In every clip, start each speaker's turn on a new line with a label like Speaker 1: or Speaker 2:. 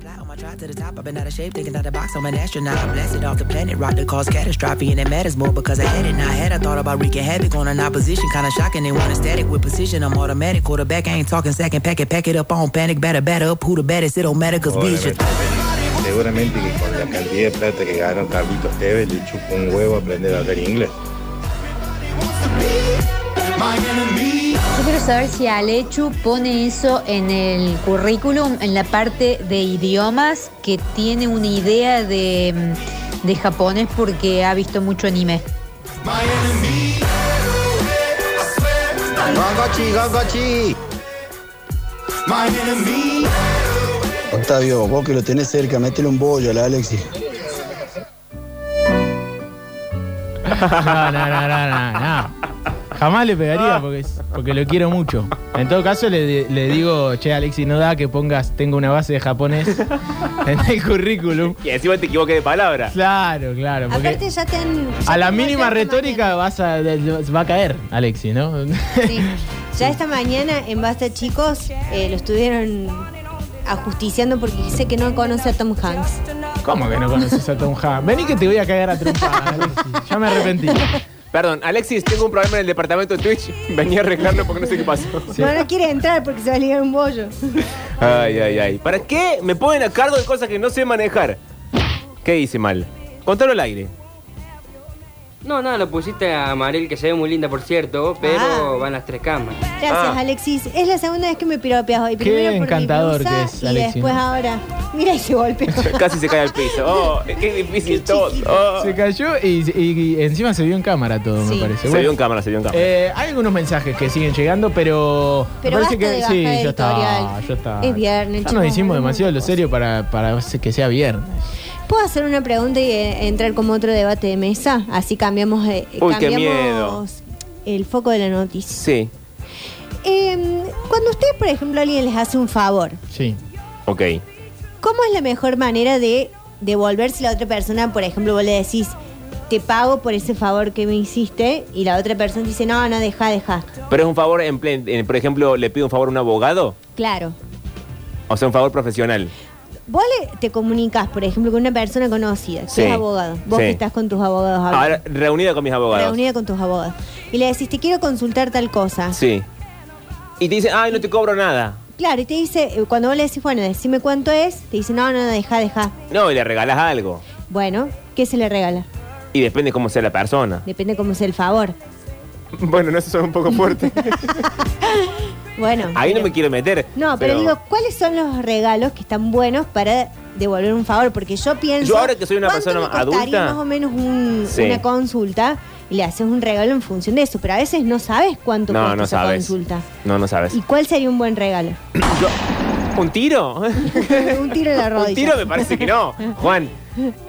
Speaker 1: fly on my drive to the top. I've been out of shape, thinking out the box. I'm an astronaut. I blasted off the planet, rock that caused catastrophe, and it matters more because I had it. Now I had. I thought about wreaking havoc on an opposition. Kinda shocking. They want a static with precision. I'm automatic. Quarterback, I ain't talking second pack it, pack it up on panic, batter, batter up. Who the baddest? It don't matter, cause we is your
Speaker 2: Seguramente, seguramente que con la cantidad de plata que ganó Carlitos Tevez le chupa un huevo aprender a hablar inglés.
Speaker 3: Yo quiero saber si Alechu pone eso en el currículum, en la parte de idiomas, que tiene una idea de, de japonés porque ha visto mucho anime.
Speaker 2: ¡Gogochi, Gogochi!
Speaker 4: Octavio, vos que lo tenés cerca, métele un bollo a la Alexis.
Speaker 5: No, no, no, no, no, no. Jamás le pegaría porque, es- porque lo quiero mucho. En todo caso, le, le digo, che, Alexi, no da que pongas, tengo una base de japonés en el currículum.
Speaker 6: Y encima te equivoques de palabra.
Speaker 5: Claro, claro.
Speaker 7: Aparte
Speaker 5: Porque
Speaker 7: ya te han... ya
Speaker 5: a la
Speaker 7: te
Speaker 5: mínima
Speaker 7: esta
Speaker 5: retórica vas a, va a caer, Alexi, ¿no?
Speaker 7: mañana. Sí. Ya esta mañana en Basta Chicos eh, lo estuvieron ajusticiando porque dice que no conoce a Tom Hanks.
Speaker 5: ¿Cómo que no conoces a Tom Hanks? Vení que te voy a cagar a trompadas, Alexi. Ya me arrepentí.
Speaker 6: Perdón, Alexis, tengo un problema en el departamento de Twitch. Venía a arreglarlo porque no sé qué pasó.
Speaker 5: Sí.
Speaker 7: No, no quiere entrar porque se va a ligar un bollo.
Speaker 6: Ay, ay, ay. ¿Para qué me ponen a cargo de cosas que no sé manejar? ¿Qué hice mal? Contalo al aire.
Speaker 8: No, nada, lo pusiste a Maril, que se ve muy linda, por cierto, pero
Speaker 7: Ah.
Speaker 8: van las tres camas.
Speaker 7: Gracias,
Speaker 6: Ah.
Speaker 7: Alexis. Es la segunda vez que me piropeas hoy.
Speaker 5: Qué
Speaker 7: Primero por mi
Speaker 5: encantador
Speaker 7: blusa
Speaker 5: que es,
Speaker 7: Y
Speaker 5: Alexis,
Speaker 7: después
Speaker 5: ¿no?
Speaker 7: ahora. Mira ese golpe.
Speaker 6: Casi se cae al piso. Oh, qué difícil todo. Oh.
Speaker 5: Se cayó y, y- y encima se vio en cámara todo,
Speaker 7: Sí.
Speaker 5: me parece.
Speaker 6: Se
Speaker 5: Bueno,
Speaker 6: vio en cámara, se vio en cámara.
Speaker 5: Eh, hay algunos mensajes que siguen llegando, pero. me
Speaker 7: Pero basta de bajar
Speaker 5: sí,
Speaker 7: el
Speaker 5: ya está,
Speaker 7: editorial.
Speaker 5: ya está.
Speaker 7: Es viernes,
Speaker 5: Ya
Speaker 7: chicos,
Speaker 5: nos hicimos
Speaker 7: hablemos
Speaker 5: demasiado
Speaker 7: de
Speaker 5: lo
Speaker 7: cosas.
Speaker 5: serio para, para que sea viernes.
Speaker 7: ¿Puedo hacer una pregunta y eh, entrar como otro debate de mesa? Así cambiamos, eh,
Speaker 6: Uy, qué
Speaker 7: cambiamos
Speaker 6: miedo.
Speaker 7: el foco de la noticia.
Speaker 6: Sí.
Speaker 7: Eh, cuando ustedes, por ejemplo, a alguien les hace un favor,
Speaker 5: Sí.
Speaker 6: Ok.
Speaker 7: ¿cómo es la mejor manera de devolverse a la otra persona? Por ejemplo, vos le decís, te pago por ese favor que me hiciste, y la otra persona dice, no, no, deja, deja.
Speaker 6: Pero es un favor, en plen- en- por ejemplo, le pido un favor a un abogado.
Speaker 7: Claro.
Speaker 6: O sea, un favor profesional.
Speaker 7: Vos le- te comunicas, por ejemplo, con una persona conocida, que
Speaker 6: Sí.
Speaker 7: es abogado. Vos
Speaker 6: Sí.
Speaker 7: que estás con tus abogados ahora.
Speaker 6: Ahora, reunida con mis abogados.
Speaker 7: Reunida con tus abogados. Y le decís, te quiero consultar tal cosa.
Speaker 6: Sí. Y te dicen, ay, no te cobro nada.
Speaker 7: Claro, y te dice, eh, cuando vos le decís, bueno, decime cuánto es, te dice, no, no, deja, deja.
Speaker 6: No, y le regalas algo.
Speaker 7: Bueno, ¿qué se le regala?
Speaker 6: Y depende cómo sea la persona.
Speaker 7: Depende cómo sea el favor.
Speaker 6: Bueno, no, eso suena un poco fuerte.
Speaker 7: Bueno.
Speaker 6: Ahí no
Speaker 7: pero-
Speaker 6: me quiero meter.
Speaker 7: No, pero, digo, ¿cuáles son los regalos que están buenos para devolver un favor? Porque yo pienso.
Speaker 6: Yo ahora que soy una
Speaker 7: ¿cuánto
Speaker 6: persona
Speaker 7: me costaría
Speaker 6: adulta?
Speaker 7: más o menos un-
Speaker 6: Sí.
Speaker 7: una consulta y le haces un regalo en función de eso, pero a veces no sabes cuánto
Speaker 6: No,
Speaker 7: cuesta
Speaker 6: no
Speaker 7: esa
Speaker 6: sabes.
Speaker 7: consulta.
Speaker 6: No, no sabes.
Speaker 7: ¿Y cuál sería un buen regalo?
Speaker 6: ¿Un tiro?
Speaker 7: un tiro en la rodilla.
Speaker 6: Un tiro me parece que no. Juan,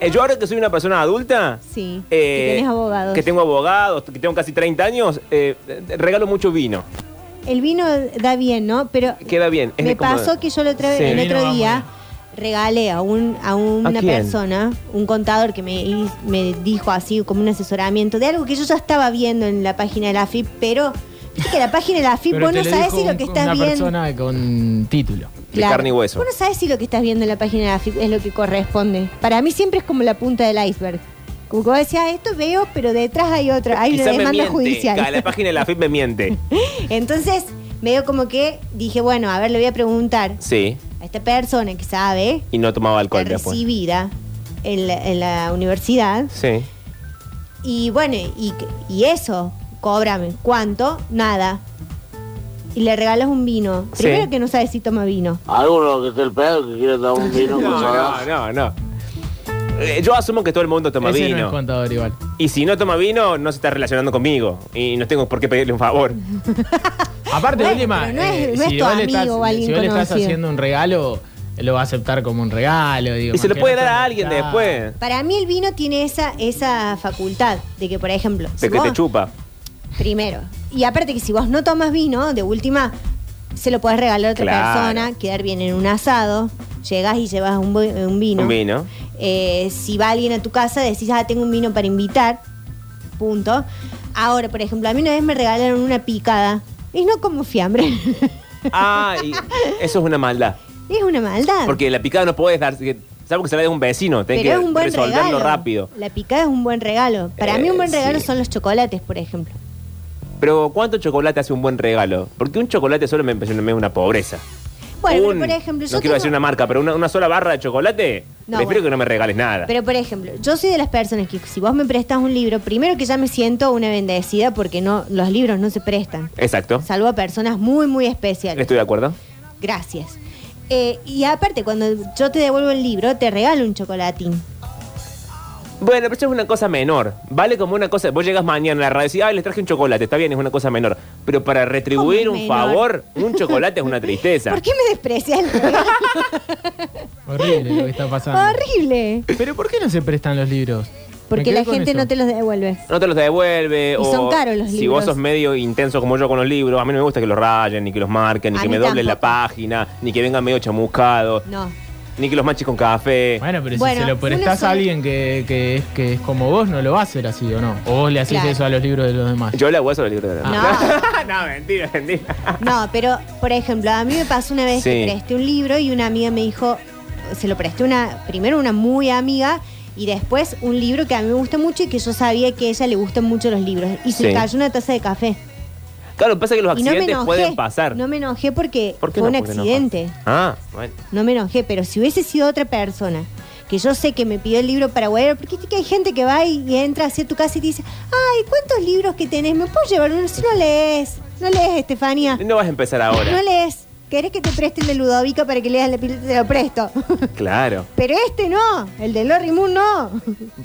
Speaker 6: eh, yo ahora que soy una persona adulta.
Speaker 7: Sí,
Speaker 6: eh,
Speaker 7: que tenés abogados.
Speaker 6: Que tengo abogados, que tengo casi 30 años, eh, regalo mucho vino.
Speaker 7: El vino da bien, ¿no? Pero
Speaker 6: Queda bien. es
Speaker 7: me
Speaker 6: como-
Speaker 7: pasó que yo la otra vez-
Speaker 6: Sí.
Speaker 7: el
Speaker 5: El vino va
Speaker 7: otro
Speaker 5: muy
Speaker 7: día regalé a, un, a una
Speaker 6: quién?
Speaker 7: persona, un contador que me, hi- me dijo así como un asesoramiento de algo que yo ya estaba viendo en la página de la AFIP, pero viste que la página de la AFIP vos no sabés si lo que estás
Speaker 5: una
Speaker 7: viendo...
Speaker 5: persona con título.
Speaker 6: De carne y hueso.
Speaker 7: Vos no sabés si lo que estás viendo en la página de la AFIP es lo que corresponde. Para mí siempre es como la punta del iceberg. Como que vos decías, esto veo, pero detrás hay otra, hay
Speaker 6: Quizá
Speaker 7: una
Speaker 6: me
Speaker 7: demanda
Speaker 6: miente.
Speaker 7: judicial.
Speaker 6: Cada- La página de la FIP me miente.
Speaker 7: Entonces, medio como que dije, bueno, a ver, le voy a preguntar
Speaker 6: Sí.
Speaker 7: a esta persona que sabe,
Speaker 6: Y no tomaba
Speaker 7: está
Speaker 6: alcohol después.
Speaker 7: recibida en la, en la universidad,
Speaker 6: Sí.
Speaker 7: y bueno, y, y eso, cóbrame, ¿cuánto? Nada. Y le regalas un vino.
Speaker 6: Sí. Ah.
Speaker 7: Primero que no sabes si toma vino.
Speaker 9: Alguno que esté el pedo que quiere dar un vino con
Speaker 6: No,
Speaker 9: soda.
Speaker 6: no, no, no. Eh, Yo asumo que todo el mundo toma
Speaker 5: Ese no es
Speaker 6: vino.
Speaker 5: contador igual.
Speaker 6: y si no toma vino, no se está relacionando conmigo. Y no tengo por qué pedirle un favor.
Speaker 5: Aparte,
Speaker 7: Bueno,
Speaker 5: última,
Speaker 7: pero no es-
Speaker 5: eh,
Speaker 7: no es
Speaker 5: si
Speaker 7: tu
Speaker 5: vos le
Speaker 7: amigo
Speaker 5: estás,
Speaker 7: o alguien
Speaker 5: si vos le estás
Speaker 7: conocido.
Speaker 5: haciendo un regalo, lo va a aceptar como un regalo. digo,
Speaker 6: Y se
Speaker 5: más
Speaker 6: lo
Speaker 5: que
Speaker 6: puede
Speaker 5: nada,
Speaker 6: dar a alguien
Speaker 5: claro.
Speaker 6: después.
Speaker 7: Para mí el vino tiene esa, esa facultad de que, por ejemplo, si
Speaker 6: De que te
Speaker 7: vos-
Speaker 6: chupa.
Speaker 7: primero. Y aparte que si vos no tomas vino, de última, se lo podés regalar a otra
Speaker 6: Claro.
Speaker 7: persona, quedar bien en un asado, llegás y llevas un, bu- un vino.
Speaker 6: Un vino.
Speaker 7: Eh, si va alguien a tu casa, decís, ah, tengo un vino para invitar. Punto. Ahora, por ejemplo, a mí una vez me regalaron una picada. Y no como fiambre.
Speaker 6: Ah, y eso es una maldad.
Speaker 7: Es una maldad.
Speaker 6: Porque la picada no podés dar, que- salvo que se la dé a un vecino, tenés
Speaker 7: Pero
Speaker 6: que
Speaker 7: es un buen
Speaker 6: resolverlo
Speaker 7: regalo.
Speaker 6: rápido.
Speaker 7: La picada es un buen regalo. Para mí un buen
Speaker 6: Eh,
Speaker 7: regalo
Speaker 6: sí.
Speaker 7: son los chocolates, por ejemplo.
Speaker 6: Pero ¿cuánto chocolate hace un buen regalo? Porque un chocolate solo me parece una- una pobreza. Un-
Speaker 7: Bueno, pero por ejemplo, yo
Speaker 6: no quiero
Speaker 7: tengo-
Speaker 6: decir una marca, pero una, una sola barra de chocolate,
Speaker 7: No,
Speaker 6: prefiero
Speaker 7: bueno.
Speaker 6: que no me regales nada.
Speaker 7: Pero por ejemplo, yo soy de las personas que si vos me prestas un libro, primero que ya me siento una bendecida porque no los libros no se prestan,
Speaker 6: Exacto.
Speaker 7: salvo a personas muy muy especiales.
Speaker 6: Estoy de acuerdo.
Speaker 7: Gracias. Eh, y aparte, cuando yo te devuelvo el libro, te regalo un chocolatín.
Speaker 6: Bueno, pero eso es una cosa menor. Vale como una cosa. Vos llegas mañana a la radio y decís, ay, les traje un chocolate. Está bien, es una cosa menor. Pero para retribuir
Speaker 7: ¿Cómo
Speaker 6: un
Speaker 7: menor?
Speaker 6: favor, un chocolate es una tristeza.
Speaker 7: ¿Por qué me desprecias?
Speaker 5: Horrible lo que está pasando.
Speaker 7: Horrible.
Speaker 5: Pero ¿por qué no se prestan los libros?
Speaker 7: Porque la gente no te los devuelve.
Speaker 6: No te los devuelve.
Speaker 7: Y
Speaker 6: o
Speaker 7: son caros los
Speaker 6: Si
Speaker 7: libros.
Speaker 6: vos sos medio intenso como yo con los libros, a mí no me gusta que los rayen, ni que los marquen, ni
Speaker 7: A
Speaker 6: que
Speaker 7: mí
Speaker 6: me doblen la
Speaker 7: tampoco.
Speaker 6: página, ni que vengan medio chamuscado,
Speaker 7: No.
Speaker 6: ni que los manches con café.
Speaker 5: Bueno, pero
Speaker 7: Bueno,
Speaker 5: si se lo
Speaker 7: una
Speaker 5: prestás
Speaker 7: sola-
Speaker 5: a alguien que, que es, que es como vos, no lo va a hacer así, ¿o no? O vos le haces
Speaker 7: Claro.
Speaker 5: eso a los libros de los demás.
Speaker 6: Yo le hago eso a los libros de la
Speaker 7: Ah.
Speaker 6: no, mentira, mentira.
Speaker 7: No, pero por ejemplo, a mí me pasó una vez que
Speaker 6: Sí.
Speaker 7: presté un libro y una amiga me dijo, se lo presté una primero una muy amiga y después un libro que a mí me gusta mucho y que yo sabía que a ella le gustan mucho los libros y se le
Speaker 6: Sí.
Speaker 7: cayó una taza de café.
Speaker 6: Claro, pasa que los
Speaker 7: Y no me
Speaker 6: accidentes
Speaker 7: enojé.
Speaker 6: pueden pasar.
Speaker 7: No me enojé porque
Speaker 6: ¿Por qué
Speaker 7: fue
Speaker 6: no?
Speaker 7: un
Speaker 6: Porque no
Speaker 7: accidente.
Speaker 6: pasa. ah, bueno.
Speaker 7: No me enojé, pero si hubiese sido otra persona que yo sé que me pidió el libro para guardar, porque viste que hay gente que va y, y entra hacia tu casa y te dice, ay, ¿cuántos libros que tenés? ¿Me puedo llevar uno? Si no lees, no lees, Estefanía.
Speaker 6: No vas a empezar ahora.
Speaker 7: Ah. No lees. ¿Querés que te preste el de Ludovica para que leas la pileta? Te lo presto.
Speaker 6: Claro.
Speaker 7: Pero este no, el de Lorry Moon no.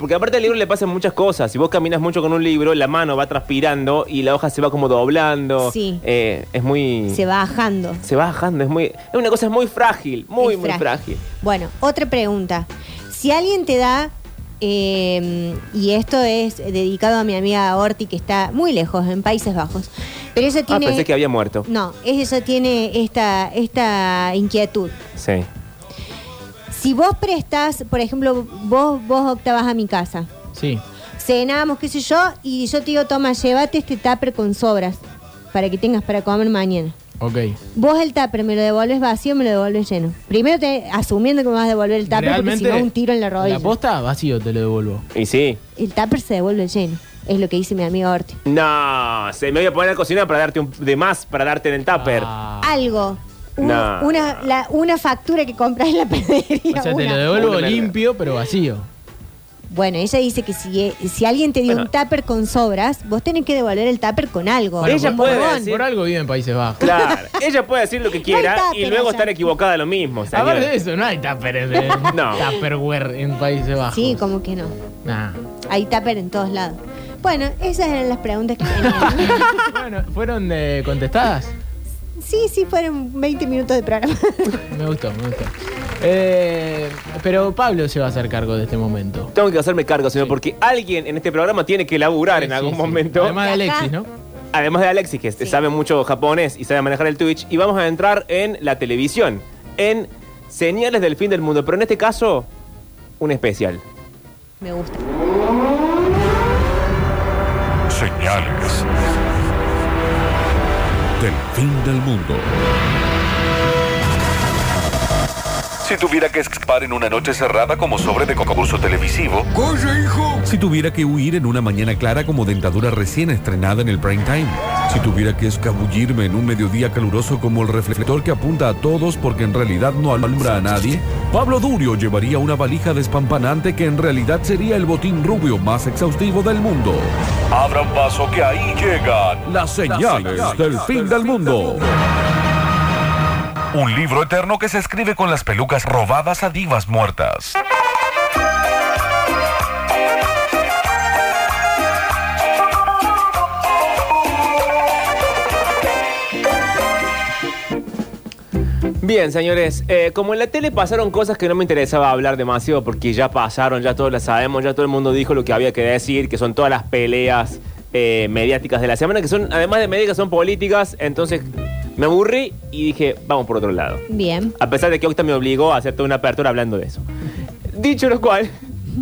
Speaker 6: Porque aparte al libro le pasan muchas cosas. Si vos caminas mucho con un libro, la mano va transpirando y la hoja se va como doblando.
Speaker 7: Sí.
Speaker 6: Eh, es muy.
Speaker 7: Se va bajando.
Speaker 6: se va bajando. Es muy. Es una cosa muy frágil. Muy,
Speaker 7: Es
Speaker 6: muy frágil.
Speaker 7: Bueno, otra pregunta. Si alguien te da, eh, y esto es dedicado a mi amiga Orti, que está muy lejos, en Países Bajos, pero ella
Speaker 6: Ah,
Speaker 7: tiene...
Speaker 6: pensé que había muerto.
Speaker 7: No, ella tiene esta, esta inquietud.
Speaker 6: Sí.
Speaker 7: Si vos prestas, por ejemplo, vos, vos octavas a mi casa,
Speaker 5: Sí.
Speaker 7: cenamos, qué sé yo, y yo te digo, toma, llévate este tupper con sobras para que tengas para comer mañana.
Speaker 5: Ok.
Speaker 7: Vos el tupper me lo devuelves vacío, me lo devuelves lleno. Primero te, asumiendo que me vas a devolver el tupper porque si no un tiro en la rodilla.
Speaker 5: La posta vacío te lo devuelvo.
Speaker 6: Y sí.
Speaker 7: El tupper se devuelve lleno, es lo que dice mi amigo Orti.
Speaker 6: No, se me voy a poner a cocinar para darte un de más, para darte en el tupper.
Speaker 5: Ah.
Speaker 7: Algo. un-
Speaker 6: No.
Speaker 7: una, la- una factura que compras en la panadería.
Speaker 5: O sea, te
Speaker 7: una.
Speaker 5: lo devuelvo
Speaker 6: Una.
Speaker 5: limpio, pero vacío.
Speaker 7: Bueno, ella dice que si, eh, si alguien te dio un tupper con sobras, vos tenés que devolver el tupper con algo.
Speaker 5: Bueno,
Speaker 6: Ella
Speaker 5: por-
Speaker 6: puede
Speaker 5: por-
Speaker 6: decir-
Speaker 5: Por algo vive en Países Bajos.
Speaker 6: Claro. Ella puede decir lo que
Speaker 7: No hay
Speaker 6: quiera
Speaker 7: tupper
Speaker 6: y luego
Speaker 7: allá.
Speaker 6: estar equivocada lo mismo. señor.
Speaker 5: Aparte de eso, no hay tupper en,
Speaker 6: No.
Speaker 5: tupperware en Países Bajos.
Speaker 7: Sí, como que no.
Speaker 5: Nah.
Speaker 7: Hay tupper en todos lados. Bueno, esas eran las preguntas que tenía.
Speaker 5: Bueno, ¿fueron eh, contestadas?
Speaker 7: sí, sí, fueron 20 minutos de programa.
Speaker 5: Me gustó, me gustó. Eh, pero Pablo se va a hacer cargo de este momento.
Speaker 6: Tengo que hacerme cargo, señor, porque alguien en este programa tiene que laburar en
Speaker 5: Sí,
Speaker 6: algún
Speaker 5: sí.
Speaker 6: momento.
Speaker 5: Además de Alexis, ¿no?
Speaker 6: Además de Alexis, que sabe mucho japonés y sabe manejar el Twitch, y vamos a entrar en la televisión, en señales del fin del mundo, pero en este caso, un especial.
Speaker 7: Me gusta.
Speaker 10: Señales del fin del mundo. Si tuviera que escapar en una noche cerrada como sobre de concurso televisivo. Si tuviera que huir en una mañana clara como dentadura recién estrenada en el prime time. Si tuviera que escabullirme en un mediodía caluroso como el reflector que apunta a todos porque en realidad no alumbra a nadie. Pablo Durio llevaría una valija despampanante que en realidad sería el botín rubio más exhaustivo del mundo. Abran paso que ahí llegan las señales, del, fin del, mundo. Un libro eterno que se escribe con las pelucas robadas a divas muertas.
Speaker 6: Bien, señores, eh, como en la tele pasaron cosas que no me interesaba hablar demasiado porque ya pasaron, ya todos las sabemos, ya todo el mundo dijo lo que había que decir, que son todas las peleas eh, mediáticas de la semana, que son, además de mediáticas, son políticas, entonces me aburrí y dije, vamos por otro lado.
Speaker 7: Bien.
Speaker 6: A pesar de que Octa me obligó a hacer toda una apertura hablando de eso. Dicho lo cual,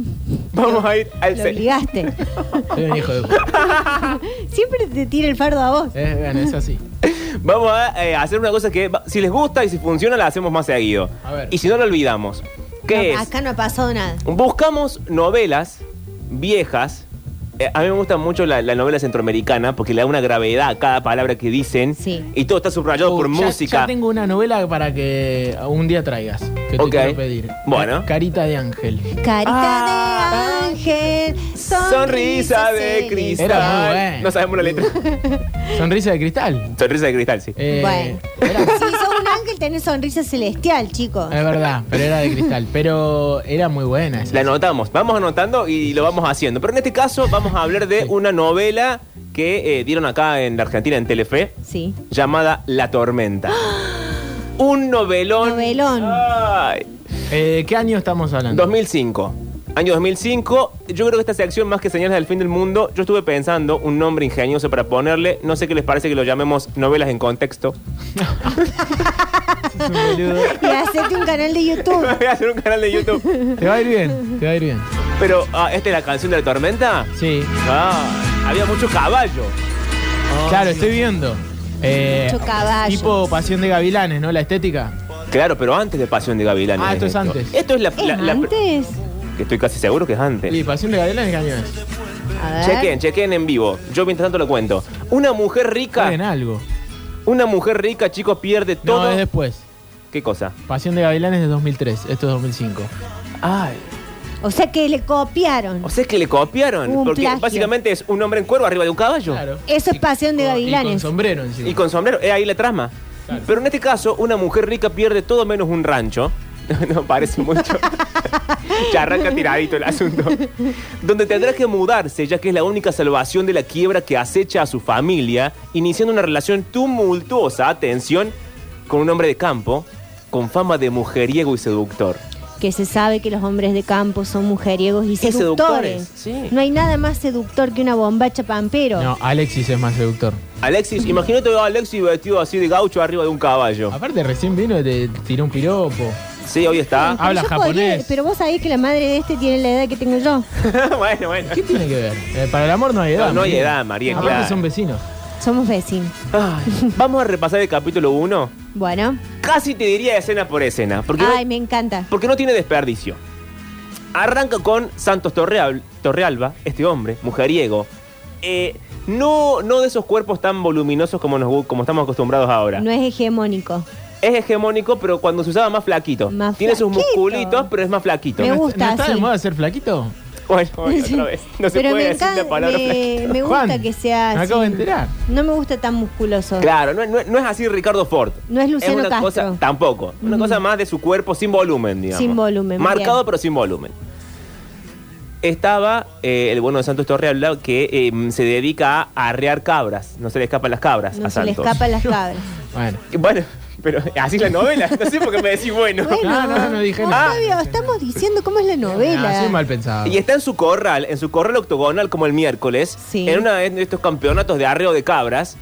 Speaker 6: vamos a ir al...
Speaker 7: Lo
Speaker 6: se-
Speaker 7: obligaste.
Speaker 5: Soy un hijo de puta.
Speaker 7: Siempre te tira el fardo a vos.
Speaker 5: Eh, bueno, es así.
Speaker 6: Vamos a eh, hacer una cosa que, va- si les gusta y si funciona, la hacemos más seguido.
Speaker 7: A ver.
Speaker 6: Y si no, lo olvidamos. ¿Qué
Speaker 7: No,
Speaker 6: es?
Speaker 7: Acá no ha pasado nada.
Speaker 6: Buscamos novelas viejas. Eh, a mí me gusta mucho la, la novela centroamericana porque le da una gravedad a cada palabra que dicen. Y todo está subrayado por
Speaker 5: Uh, Ya-
Speaker 6: música.
Speaker 5: Ya tengo una novela para que un día traigas. Que te
Speaker 6: Ok.
Speaker 5: quiero pedir.
Speaker 6: Bueno.
Speaker 5: Carita de ángel.
Speaker 7: Carita de ángel,
Speaker 6: Ah. Sonrisa de cristal.
Speaker 5: Era muy bueno.
Speaker 6: No sabemos la letra.
Speaker 5: Sonrisa de cristal. Eh,
Speaker 6: Sonrisa de cristal, sí.
Speaker 7: Bueno. Si sos un ángel, tenés sonrisa celestial, chicos.
Speaker 6: Eh.
Speaker 5: Es verdad, pero era de cristal. Pero era muy buena esa.
Speaker 6: La anotamos, vamos anotando y lo vamos haciendo. Pero en este caso vamos a hablar de una novela que eh, dieron acá en la Argentina, en Telefe,
Speaker 7: Sí.
Speaker 6: llamada La Tormenta. Un novelón.
Speaker 7: Novelón.
Speaker 6: Ay.
Speaker 5: ¿De Eh, qué año estamos hablando?
Speaker 6: 2005. Año 2005, yo creo que esta sección, más que señales del fin del mundo, yo estuve pensando un nombre ingenioso para ponerle. No sé qué les parece que lo llamemos novelas en contexto.
Speaker 7: Y hacete un canal de YouTube.
Speaker 6: Voy a hacer un canal de YouTube.
Speaker 5: Te va a ir bien, te va a ir bien.
Speaker 6: Pero, ah, ¿esta es la canción de la tormenta?
Speaker 5: Sí.
Speaker 6: Ah, había mucho caballo. Oh,
Speaker 5: Claro, estoy viendo. Eh,
Speaker 7: Mucho caballo.
Speaker 5: tipo Pasión de Gavilanes, ¿no? La estética.
Speaker 6: Claro, pero antes de Pasión de Gavilanes.
Speaker 5: Ah, esto es antes.
Speaker 6: Esto es la,
Speaker 7: ¿Es
Speaker 6: la- la-
Speaker 7: antes?
Speaker 6: que estoy casi seguro que es antes.
Speaker 5: Sí, Pasión de Gavilanes, ¿qué año es?
Speaker 7: A ver.
Speaker 6: Chequen, chequen en vivo. Yo mientras tanto lo cuento. Una mujer rica,
Speaker 5: Saben algo.
Speaker 6: una mujer rica, chicos, pierde todo.
Speaker 5: ¿eh? No, es después.
Speaker 6: ¿Qué cosa?
Speaker 5: Pasión de Gavilanes es de 2003, esto es 2005.
Speaker 6: Ay,
Speaker 7: O sea que le copiaron.
Speaker 6: o sea es que le copiaron,
Speaker 7: Hubo un
Speaker 6: porque
Speaker 7: plagio.
Speaker 6: básicamente es un hombre en cuervo arriba de un caballo
Speaker 5: Claro.
Speaker 7: Eso es pasión de
Speaker 5: Con- y Con
Speaker 7: gavilanes.
Speaker 5: sombrero encima.
Speaker 6: y con sombrero, es ahí la trama. Pero en este caso, una mujer rica pierde todo menos un rancho. no parece mucho. ya arranca tiradito el asunto. Donde tendrá que mudarse, ya que es la única salvación de la quiebra que acecha a su familia, iniciando una relación tumultuosa, atención, con un hombre de campo, con fama de mujeriego y seductor.
Speaker 7: Que se sabe que los hombres de campo son mujeriegos y
Speaker 6: seductores,
Speaker 7: seductores.
Speaker 6: sí.
Speaker 7: No hay nada más seductor que una bombacha pampero.
Speaker 5: No, Alexis es más seductor. Mm.
Speaker 6: Alexis, imagínate a Alexis vestido así de gaucho arriba de un caballo.
Speaker 5: Aparte, recién vino y te tiró un piropo.
Speaker 6: Sí, hoy está.
Speaker 5: Habla
Speaker 7: Yo
Speaker 5: japonés.
Speaker 7: pero vos sabés que la madre de este tiene la edad que tengo yo.
Speaker 6: bueno, bueno.
Speaker 5: ¿Qué tiene que ver? Eh, para el amor no hay edad.
Speaker 6: No, no hay
Speaker 5: María.
Speaker 6: edad, María,
Speaker 5: Aparte
Speaker 6: claro.
Speaker 5: son vecinos.
Speaker 7: Somos vecinos.
Speaker 6: Ay, vamos a repasar el capítulo 1.
Speaker 7: Bueno.
Speaker 6: Casi te diría escena por escena, porque,
Speaker 7: Ay,
Speaker 6: no,
Speaker 7: me encanta.
Speaker 6: porque no tiene desperdicio. Arranca con Santos Torreal- Torrealba, este hombre, mujeriego. Eh, no, no de esos cuerpos tan voluminosos como, nos, gu- como estamos acostumbrados ahora.
Speaker 7: No es hegemónico.
Speaker 6: Es hegemónico, pero cuando se usaba más flaquito.
Speaker 7: Más
Speaker 6: tiene sus
Speaker 7: flaquito.
Speaker 6: musculitos, pero es más flaquito.
Speaker 7: Me
Speaker 5: ¿No
Speaker 7: gusta,
Speaker 5: está- ¿No está de
Speaker 7: sí.
Speaker 5: moda ser flaquito?
Speaker 6: Bueno, bueno, otra vez. No se
Speaker 7: pero
Speaker 6: puede
Speaker 7: me,
Speaker 6: decir la
Speaker 7: encanta-
Speaker 6: palabra flaquito.
Speaker 7: me, me gusta
Speaker 5: Juan,
Speaker 7: que sea
Speaker 5: me
Speaker 7: así.
Speaker 5: acabo de enterar.
Speaker 7: No me gusta tan musculoso.
Speaker 6: Claro, no, no- no es así Ricardo Ford.
Speaker 7: No es Luciano
Speaker 6: una
Speaker 7: Castro.
Speaker 6: Cosa, tampoco. Una
Speaker 7: Ujú.
Speaker 6: cosa más de su cuerpo sin volumen, digamos.
Speaker 7: Sin volumen,
Speaker 6: Marcado
Speaker 7: bien.
Speaker 6: pero sin volumen. Estaba eh, el bueno de Santos Torrealba que eh, se dedica a arrear cabras. No se le escapan las cabras
Speaker 7: No
Speaker 6: a
Speaker 7: se le
Speaker 6: Santos.
Speaker 7: escapan las cabras.
Speaker 5: Bueno.
Speaker 6: Bueno, pero así es la novela. No sé por qué me decís bueno.
Speaker 5: No,
Speaker 7: Bueno,
Speaker 5: no, no dije nada.
Speaker 7: Octavio, estamos diciendo cómo es la
Speaker 5: Ah,
Speaker 7: novela.
Speaker 5: soy mal pensado.
Speaker 6: Y está en su corral, en su corral octogonal como el miércoles,
Speaker 7: Sí.
Speaker 6: en uno de estos campeonatos de arreo de cabras,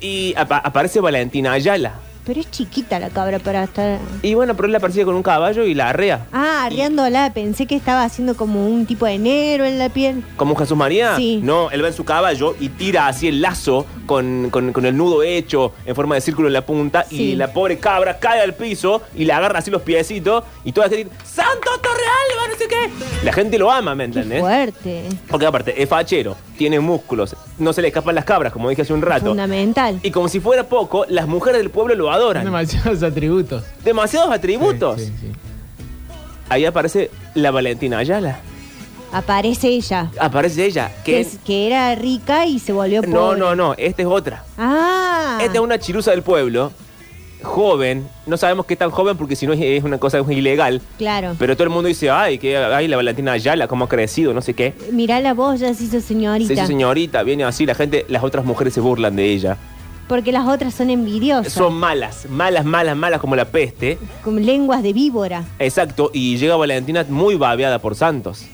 Speaker 6: y apa- aparece Valentina Ayala.
Speaker 7: Pero es chiquita la cabra para estar.
Speaker 6: Y bueno, pero él la persigue con un caballo y la arrea.
Speaker 7: Ah, arriándola, pensé que estaba haciendo como un tipo de negro en la piel.
Speaker 6: ¿Como Jesús María?
Speaker 7: Sí.
Speaker 6: No, él va en su caballo y tira así el lazo con, con- con el nudo hecho en forma de círculo en la punta y
Speaker 7: Sí.
Speaker 6: la pobre cabra cae al piso y le agarra así los piecitos y toda la gente dice, ¡Santo Torreal! No sé qué. La gente lo ama, ¿me
Speaker 7: Qué
Speaker 6: entendés?
Speaker 7: fuerte.
Speaker 6: Porque aparte, es fachero, tiene músculos, no se le escapan las cabras, como dije hace un rato.
Speaker 7: Fundamental.
Speaker 6: Y como si fuera poco, las mujeres del pueblo lo
Speaker 5: Son
Speaker 6: adoran.
Speaker 5: demasiados atributos.
Speaker 6: Demasiados atributos.
Speaker 5: Sí, sí, sí.
Speaker 6: Ahí aparece la Valentina Ayala.
Speaker 7: Aparece ella.
Speaker 6: Aparece ella,
Speaker 7: Que,
Speaker 6: que
Speaker 7: es- que era rica y se volvió pobre.
Speaker 6: No, no, no, esta es otra.
Speaker 7: Ah.
Speaker 6: Esta es una chirusa del pueblo, joven, no sabemos qué tan joven porque si no es, es una cosa ilegal,
Speaker 7: Claro.
Speaker 6: pero todo el mundo dice, ay, que ay, la Valentina Ayala, cómo ha crecido, no sé qué.
Speaker 7: Mirá la voz, ya se hizo
Speaker 6: Se
Speaker 7: señorita.
Speaker 6: hizo señorita, viene así, la gente, las otras mujeres se burlan de ella.
Speaker 7: Porque las otras son envidiosas.
Speaker 6: Son malas, malas, malas, malas como la peste.
Speaker 7: Con lenguas de víbora.
Speaker 6: Exacto, y llega Valentina muy babeada por Santos.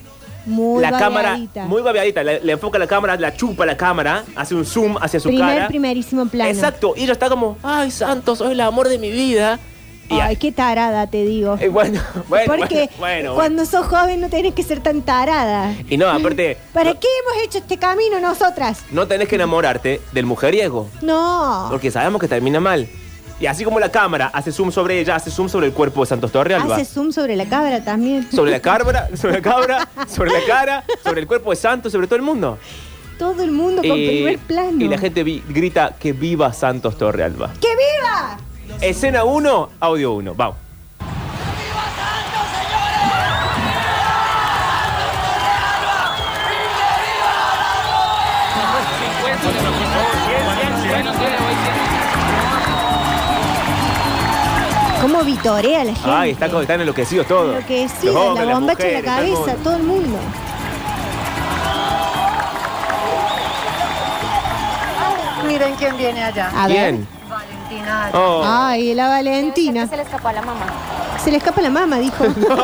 Speaker 7: Muy
Speaker 6: la
Speaker 7: variadita.
Speaker 6: cámara, muy babeadita, le, le enfoca la cámara, la chupa la cámara, hace un zoom hacia su
Speaker 7: Primer,
Speaker 6: cara.
Speaker 7: primerísimo plano.
Speaker 6: Exacto, y ella está como, ay Santos, soy el amor de mi vida.
Speaker 7: Ay, qué tarada, te digo.
Speaker 6: Eh, bueno, bueno,
Speaker 7: Porque
Speaker 6: bueno, bueno, bueno.
Speaker 7: cuando sos joven no tenés que ser tan tarada.
Speaker 6: Y no, aparte,
Speaker 7: ¿Para qué hemos hecho este camino nosotras?
Speaker 6: no tenés que enamorarte del mujeriego.
Speaker 7: No.
Speaker 6: Porque sabemos que termina mal. Y así como la cámara hace zoom sobre ella, hace zoom sobre el cuerpo de Santos Torrealba.
Speaker 7: Hace zoom sobre la cabra también.
Speaker 6: Sobre la cabra, sobre la cabra, sobre la cara, sobre el cuerpo de Santos, sobre todo el mundo.
Speaker 7: Todo el mundo con
Speaker 6: Eh,
Speaker 7: primer plano.
Speaker 6: Y la gente vi- grita que viva Santos Torrealba.
Speaker 7: ¡Que viva!
Speaker 6: Escena 1, audio 1. Vamos.
Speaker 7: ¿Cómo vitorea la gente?
Speaker 6: Ay, está, co- están enloquecidos todos.
Speaker 7: Lo que sí,
Speaker 6: Los hombres,
Speaker 7: la
Speaker 6: las
Speaker 7: bombacha en la
Speaker 6: mujeres, todo el mundo.
Speaker 7: cabeza, todo el mundo.
Speaker 11: Miren quién viene allá.
Speaker 7: A ver. Ah.
Speaker 6: ¿Quién? Oh.
Speaker 11: Valentina.
Speaker 7: Ay, la Valentina.
Speaker 11: Se le escapó a la mamá.
Speaker 7: Se le escapa la mamá, dijo.
Speaker 6: No,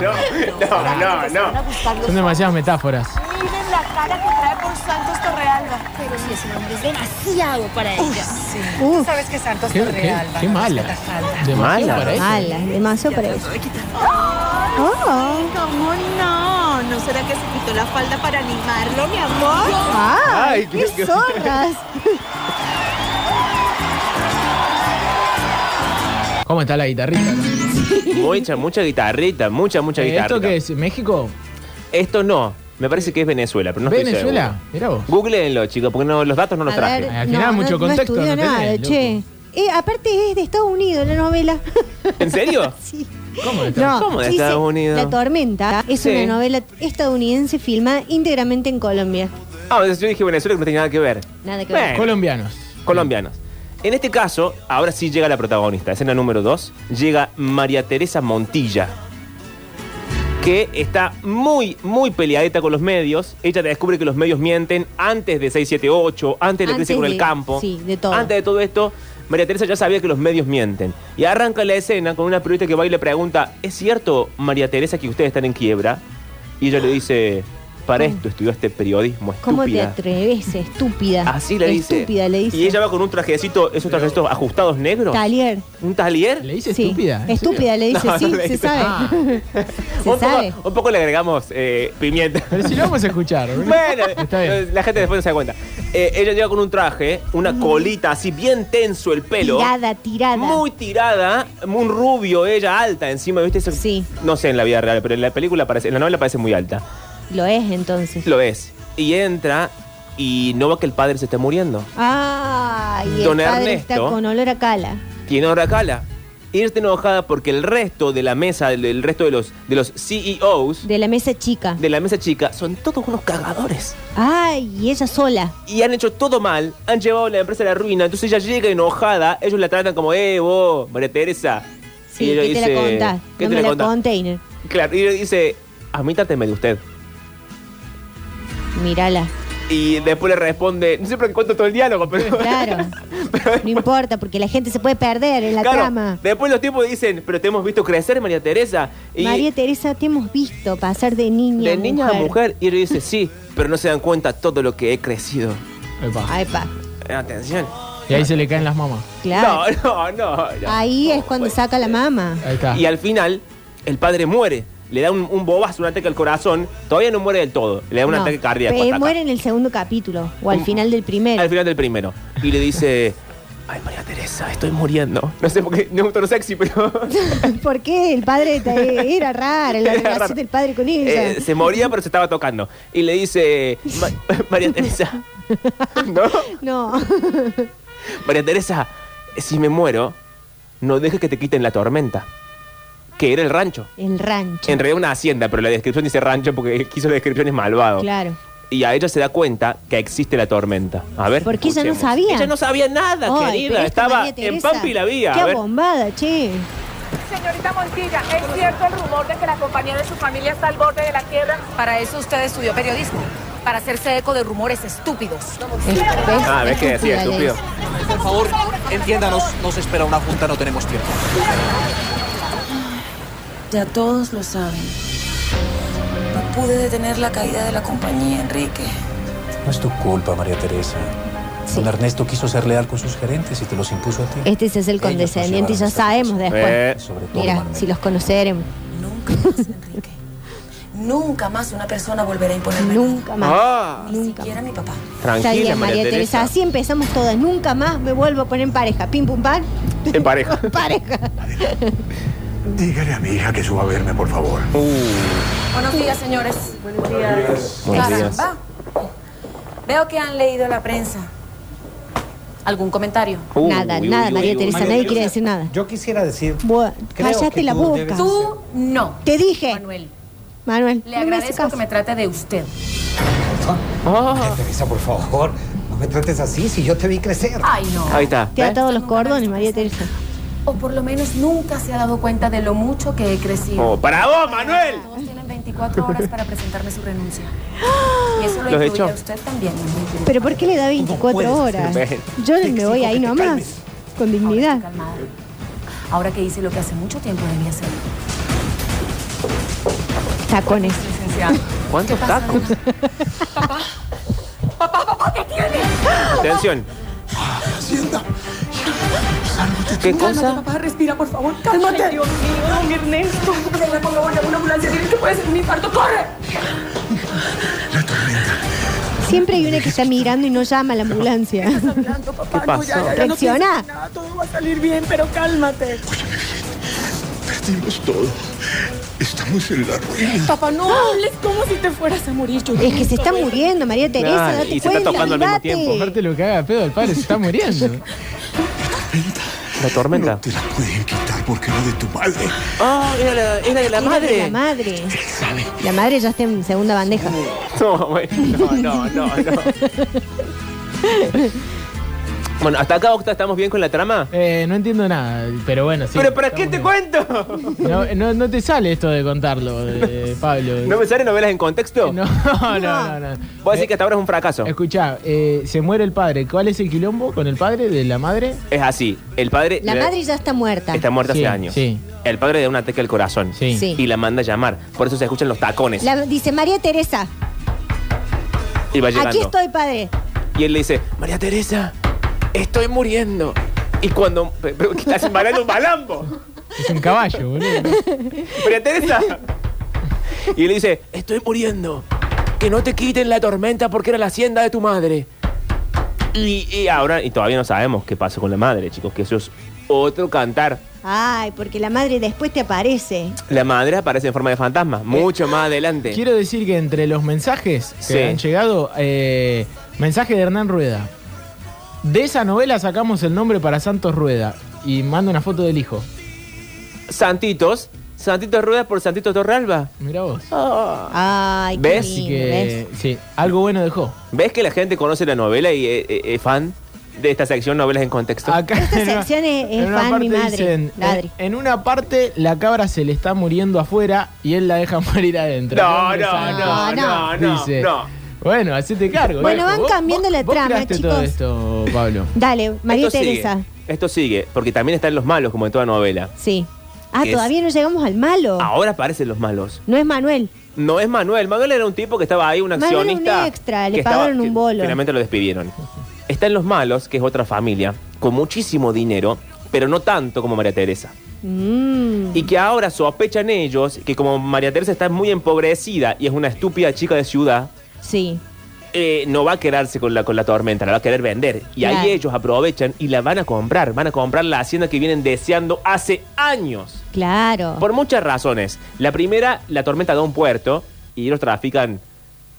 Speaker 6: no, no, no, no.
Speaker 5: Son demasiadas metáforas.
Speaker 11: Miren la cara que trae por Santos Torrealba. Pero si ese Este hombre es demasiado para ella.
Speaker 7: Uf,
Speaker 11: Sabes que Santos
Speaker 5: Qué, qué,
Speaker 11: Torrealba.
Speaker 5: qué mala. Demasiado
Speaker 6: Mala.
Speaker 5: para eso.
Speaker 7: mala, demasiado para eso. Oh,
Speaker 11: ¿Cómo no? ¿No será que se quitó la falda para animarlo, mi amor?
Speaker 7: ay,
Speaker 6: Ay,
Speaker 7: Ah, qué
Speaker 6: qué-
Speaker 7: zorras.
Speaker 5: ¿Cómo está la guitarrita?
Speaker 6: Mucha, mucha guitarrita, mucha, mucha
Speaker 5: Eh,
Speaker 6: guitarrita.
Speaker 5: ¿Esto qué es? ¿México?
Speaker 6: Esto no. Me parece que es Venezuela, pero no estoy
Speaker 5: ¿Venezuela? Mirá vos.
Speaker 6: seguro. Googleenlo, chicos, porque no, los datos no los
Speaker 7: A
Speaker 6: traje.
Speaker 7: ver,
Speaker 5: Al final mucho contexto
Speaker 7: No estudió
Speaker 5: no tenés,
Speaker 7: nada,
Speaker 5: loco.
Speaker 7: che. Eh, aparte es de Estados Unidos la novela.
Speaker 6: ¿En serio?
Speaker 7: sí.
Speaker 5: ¿Cómo está?
Speaker 7: No,
Speaker 6: ¿Cómo de
Speaker 7: dice,
Speaker 6: Estados Unidos?
Speaker 7: La Tormenta es
Speaker 6: Sí.
Speaker 7: una novela estadounidense filmada íntegramente en Colombia.
Speaker 6: Ah, entonces yo dije Venezuela que no tenía nada que ver.
Speaker 7: Nada que ver.
Speaker 6: Bueno,
Speaker 5: Colombianos.
Speaker 6: colombianos. En este caso, ahora sí llega la protagonista. Escena número 2. Llega María Teresa Montilla. Que está muy, muy peleadita con los medios. Ella descubre que los medios mienten antes de 678, antes de la
Speaker 7: Antes
Speaker 6: crisis con el
Speaker 7: de-
Speaker 6: campo.
Speaker 7: sí, de todo.
Speaker 6: Antes de todo esto, María Teresa ya sabía que los medios mienten. Y arranca la escena con una periodista que va y le pregunta: ¿Es cierto, María Teresa, que ustedes están en quiebra? Y ella le dice: Para esto estudiaste periodismo,
Speaker 7: ¿Cómo
Speaker 6: estúpida.
Speaker 7: te atreves, estúpida?
Speaker 6: Así le dice.
Speaker 7: Estúpida le dice.
Speaker 6: Y ella va con un trajecito, esos trajecitos ajustados negros.
Speaker 7: Talier.
Speaker 6: ¿Un talier?
Speaker 5: ¿Le dice
Speaker 7: Sí.
Speaker 5: estúpida? ¿En serio?
Speaker 7: Estúpida le dice,
Speaker 6: No,
Speaker 7: sí,
Speaker 6: no le
Speaker 7: se
Speaker 6: dice.
Speaker 7: sabe.
Speaker 5: Ah.
Speaker 7: se
Speaker 6: un,
Speaker 7: sabe.
Speaker 6: Poco, un poco le agregamos eh, pimienta.
Speaker 5: Pero si lo vamos a escuchar. ¿no?
Speaker 6: Bueno,
Speaker 5: Está bien.
Speaker 6: la gente después no se da cuenta. Eh, ella llega con un traje, una colita así bien tenso el pelo.
Speaker 7: Mm. Tirada, tirada.
Speaker 6: Muy tirada, un rubio, ella alta encima, ¿viste? Eso-
Speaker 7: Sí.
Speaker 6: No sé en la vida real, pero en la película parece, en la novela parece muy alta.
Speaker 7: Lo es entonces.
Speaker 6: Lo es. Y entra y no va que el padre se esté muriendo.
Speaker 7: Ah, y el
Speaker 6: Don
Speaker 7: padre
Speaker 6: Ernesto.
Speaker 7: está con olor a cala.
Speaker 6: tiene ahora cala. Irte enojada porque el resto de la mesa, el, el resto de los, de los CEOs
Speaker 7: De la mesa chica.
Speaker 6: de la mesa chica son todos unos cagadores.
Speaker 7: Ay, y ella sola.
Speaker 6: Y han hecho todo mal, han llevado la empresa a la ruina. Entonces ella llega enojada, ellos la tratan como, eh, vos, María Teresa.
Speaker 7: Sí, ¿qué te la contás?
Speaker 6: ¿qué
Speaker 7: no
Speaker 6: te la
Speaker 7: me la
Speaker 6: contás?
Speaker 7: container.
Speaker 6: Claro, y ella dice, admítateme de usted.
Speaker 7: Mírala.
Speaker 6: Y después le responde, no sé por qué cuento todo el diálogo, pero...
Speaker 7: Claro.
Speaker 6: pero-
Speaker 7: No importa, porque la gente se puede perder en la
Speaker 6: claro,
Speaker 7: trama.
Speaker 6: Después los tipos dicen, pero te hemos visto crecer, María Teresa. Y
Speaker 7: María Teresa, te hemos visto pasar de niña
Speaker 6: De
Speaker 7: a
Speaker 6: niña a mujer. Y él dice, sí, pero no se dan cuenta todo lo que he crecido.
Speaker 5: Epa.
Speaker 7: Ay, pa,
Speaker 6: Eh, Atención.
Speaker 5: Y ahí se le caen las mamas.
Speaker 7: claro.
Speaker 6: No, no, no. no. pues, eh,
Speaker 7: Ahí es cuando saca la mama.
Speaker 5: Ahí está.
Speaker 6: Y al final, el padre muere. Le da un, un bobazo, un ataque al corazón. Todavía no muere del todo. Le da un
Speaker 7: No,
Speaker 6: ataque cardíaco.
Speaker 7: eh,
Speaker 6: ataca.
Speaker 7: muere en el segundo capítulo o al
Speaker 6: Un-
Speaker 7: final del primero.
Speaker 6: Al final del primero. Y le dice, ay, María Teresa, estoy muriendo. No sé por qué, no es un tono sexy, pero...
Speaker 7: ¿Por qué? El padre te- era raro,
Speaker 6: Era
Speaker 7: la relación
Speaker 6: raro.
Speaker 7: del padre con ella.
Speaker 6: eh, se moría, pero se estaba tocando. Y le dice, "Ma- María Teresa, ¿no?
Speaker 7: No.
Speaker 6: María Teresa, si me muero, no dejes que te quiten la tormenta. Que era el rancho.
Speaker 7: El rancho.
Speaker 6: En realidad una hacienda, pero la descripción dice rancho porque él quiso la descripción es malvado.
Speaker 7: Claro.
Speaker 6: Y a ella se da cuenta que existe la tormenta. A ver.
Speaker 7: Porque ella no
Speaker 6: escuchemos.
Speaker 7: sabía.
Speaker 6: Ella no sabía nada,
Speaker 7: Ay, pero
Speaker 6: querida.
Speaker 7: esta
Speaker 6: Estaba
Speaker 7: María
Speaker 6: en
Speaker 7: Teresa,
Speaker 6: Pampi la vía.
Speaker 7: Qué
Speaker 6: A ver.
Speaker 7: abombada, che.
Speaker 11: Señorita Montilla, ¿es cierto el rumor de que la compañía de su familia está al borde de la quiebra? Para eso usted estudió periodismo, para hacerse eco de rumores estúpidos.
Speaker 6: Ah, ves que decía,
Speaker 7: Estúpida
Speaker 6: estúpido.
Speaker 12: Por favor, entiéndanos, nos espera una junta, no tenemos tiempo.
Speaker 11: Ya todos lo saben. No pude detener la caída de la compañía, Enrique.
Speaker 12: No es tu culpa, María Teresa. Don Ernesto quiso ser leal con sus gerentes y te los impuso a ti.
Speaker 7: Este es el condescendiente y ya sabemos después.
Speaker 12: Eh. Sobre todo,
Speaker 7: Mira,
Speaker 12: Manuel.
Speaker 7: si los conoceremos.
Speaker 11: Nunca más una persona volverá a imponerme.
Speaker 7: Nunca más.
Speaker 6: Ah.
Speaker 11: Ni siquiera mi papá.
Speaker 6: Tranquila,
Speaker 7: Está bien,
Speaker 6: María
Speaker 7: María Teresa.
Speaker 6: Teresa.
Speaker 7: Así empezamos todas. Nunca más me vuelvo a poner en pareja. Pim, pum, pan.
Speaker 6: En pareja.
Speaker 7: Pareja.
Speaker 13: Dígale a mi hija que suba a verme, por favor.
Speaker 11: Buenos días, señores. Buenos días.
Speaker 13: Buenos días.
Speaker 11: Caramba. Veo que han leído la prensa. ¿Algún comentario?
Speaker 7: Uh, Nada, uy, nada, uy, María uy, Teresa, María nadie Teresa, quiere decir nada.
Speaker 12: Yo quisiera decir. creo
Speaker 7: cállate
Speaker 12: que
Speaker 7: la
Speaker 12: tú
Speaker 7: boca.
Speaker 12: debes-
Speaker 11: Tú no.
Speaker 7: Te dije.
Speaker 11: Manuel.
Speaker 7: Manuel.
Speaker 11: Le agradezco que me trate de usted.
Speaker 5: Ah,
Speaker 6: Ah.
Speaker 12: María Teresa, por favor, no me trates así si yo te vi crecer.
Speaker 11: Ay, no.
Speaker 12: Ahí está.
Speaker 7: Te ha atado los cordones, María Teresa.
Speaker 11: O por lo menos nunca se ha dado cuenta de lo mucho que he crecido.
Speaker 6: Oh, ¡bravo, Manuel!
Speaker 11: Todos tienen 24 horas para presentarme su renuncia. Y eso lo
Speaker 6: Los
Speaker 11: incluye
Speaker 6: echó.
Speaker 11: a usted también.
Speaker 7: Pero ¿por qué le da 24 horas?
Speaker 11: Ven.
Speaker 7: Yo me voy ahí nomás. Con dignidad.
Speaker 11: Ahora que hice lo que hace mucho tiempo debía hacer.
Speaker 7: Tacones.
Speaker 11: Licenciado.
Speaker 6: ¿Cuántos tacos?
Speaker 11: Papá. Papá, papá, ¿qué tienes?
Speaker 6: Atención.
Speaker 11: Hacienda.
Speaker 6: ¿Qué
Speaker 11: Cálmate,
Speaker 6: cosa?
Speaker 11: papá, respira, por favor. Cálmate. Ay, Dios mío, mi Ernesto. Corre, por favor, llama a una ambulancia. Dile que puede ser un infarto. ¡Corre!
Speaker 7: Siempre hay una que está mirando y no llama a la ambulancia.
Speaker 11: ¿Qué
Speaker 7: pasó? Reacciona.
Speaker 11: todo va a salir bien, pero cálmate.
Speaker 13: Perdimos todo. Estamos en la ruina.
Speaker 11: Papá, no hables como si te fueras a morir. Yo
Speaker 7: Es que se está muriendo, María Teresa,
Speaker 5: Claro,
Speaker 7: date
Speaker 5: y se
Speaker 7: cuenta.
Speaker 5: está tocando al mismo
Speaker 7: olvídate.
Speaker 5: tiempo. Aparte lo que haga pedo, el padre se está muriendo.
Speaker 6: La tormenta.
Speaker 13: No te la pueden quitar porque era de tu madre.
Speaker 6: Ah, era la, era de la
Speaker 7: Era de La
Speaker 6: madre.
Speaker 7: madre. La madre ya está en segunda bandeja.
Speaker 6: No, bueno, no, no, no, no. Bueno, hasta acá, Octa, ¿estamos bien con la trama?
Speaker 5: Eh, no entiendo nada, pero bueno, sí.
Speaker 6: Pero ¿para qué te cuento?
Speaker 5: No, no- no te sale esto de contarlo, eh, Pablo.
Speaker 6: ¿No me salen novelas en contexto? No,
Speaker 5: no, no, no.
Speaker 6: Voy a decir que hasta ahora es un fracaso.
Speaker 5: Escuchá, eh, se muere el padre. ¿Cuál es el quilombo con el padre de la madre?
Speaker 6: Es así. El padre
Speaker 7: La
Speaker 6: le-
Speaker 7: madre ya está muerta.
Speaker 6: está muerto
Speaker 5: Sí,
Speaker 6: hace años.
Speaker 5: sí.
Speaker 6: El padre le da un ataque al corazón.
Speaker 7: Sí.
Speaker 6: Y la manda a llamar. Por eso se escuchan los tacones.
Speaker 7: La- dice María Teresa,
Speaker 6: Y va llegando.
Speaker 7: aquí estoy, padre.
Speaker 6: Y él le dice, María Teresa, estoy muriendo. Y cuando... pero- pero ¿qué estás embalando un balambo?
Speaker 5: Es un caballo, boludo.
Speaker 6: María Teresa. Y le dice, estoy muriendo. Que no te quiten la tormenta porque era la hacienda de tu madre. Y, y ahora, y todavía no sabemos qué pasó con la madre, chicos, que eso es otro cantar.
Speaker 7: Ay, porque la madre después te aparece.
Speaker 6: La madre aparece en forma de fantasma, mucho más adelante.
Speaker 5: Quiero decir que entre los mensajes que
Speaker 6: Sí.
Speaker 5: han llegado, eh, mensaje de Hernán Rueda. De esa novela sacamos el nombre para Santos Rueda y manda una foto del hijo.
Speaker 6: Santitos, Santitos Rueda por Santitos Torralba.
Speaker 5: Mira vos.
Speaker 7: Ah. Ay, qué
Speaker 6: Ah. ¿Ves?
Speaker 7: lindo,
Speaker 5: Que, sí, algo bueno dejó.
Speaker 6: ¿Ves que la gente conoce la novela y eh, eh, es fan de esta sección Novelas en Contexto?
Speaker 5: Acá
Speaker 7: Esta
Speaker 5: en una-
Speaker 7: sección es, es
Speaker 5: en una
Speaker 7: fan mi
Speaker 5: parte
Speaker 7: madre.
Speaker 5: dicen,
Speaker 7: Ladri.
Speaker 5: en, en una parte la cabra se le está muriendo afuera y él la deja morir adentro.
Speaker 6: No,
Speaker 5: Qué
Speaker 6: no,
Speaker 5: desastre.
Speaker 6: no, no, no,
Speaker 5: Dice,
Speaker 6: no.
Speaker 5: Bueno, hacete cargo.
Speaker 7: Ah, Bueno,
Speaker 5: viejo.
Speaker 7: van
Speaker 5: Vos-
Speaker 7: cambiando la
Speaker 5: vos
Speaker 7: trama,
Speaker 5: creaste todo
Speaker 7: chicos.
Speaker 5: esto, Pablo.
Speaker 7: Dale, María
Speaker 6: Esto sigue,
Speaker 7: Teresa.
Speaker 6: Esto sigue, porque también están los malos, como en toda novela.
Speaker 7: Sí. Ah,
Speaker 6: Que es- Ah, oh.
Speaker 7: todavía no llegamos al malo.
Speaker 6: Ahora aparecen los malos.
Speaker 7: No es Manuel.
Speaker 6: No es Manuel. Manuel era un tipo que estaba ahí, un
Speaker 7: Manuel era un
Speaker 6: accionista.
Speaker 7: extra, le
Speaker 6: que
Speaker 7: pagaron un
Speaker 6: que
Speaker 7: bolo.
Speaker 6: Finalmente lo despidieron. Están los malos, que es otra familia, con muchísimo dinero, pero no tanto como María Teresa.
Speaker 7: Mm.
Speaker 6: Y que ahora sospechan ellos que como María Teresa está muy empobrecida y es una estúpida chica de ciudad,
Speaker 7: Sí.
Speaker 6: eh, no va a quedarse con la, con la tormenta, la va a querer vender. Y ahí
Speaker 7: Claro.
Speaker 6: ellos aprovechan y la van a comprar. Van a comprar la hacienda que vienen deseando hace años.
Speaker 7: Claro.
Speaker 6: Por muchas razones. La primera, la tormenta da un puerto y ellos trafican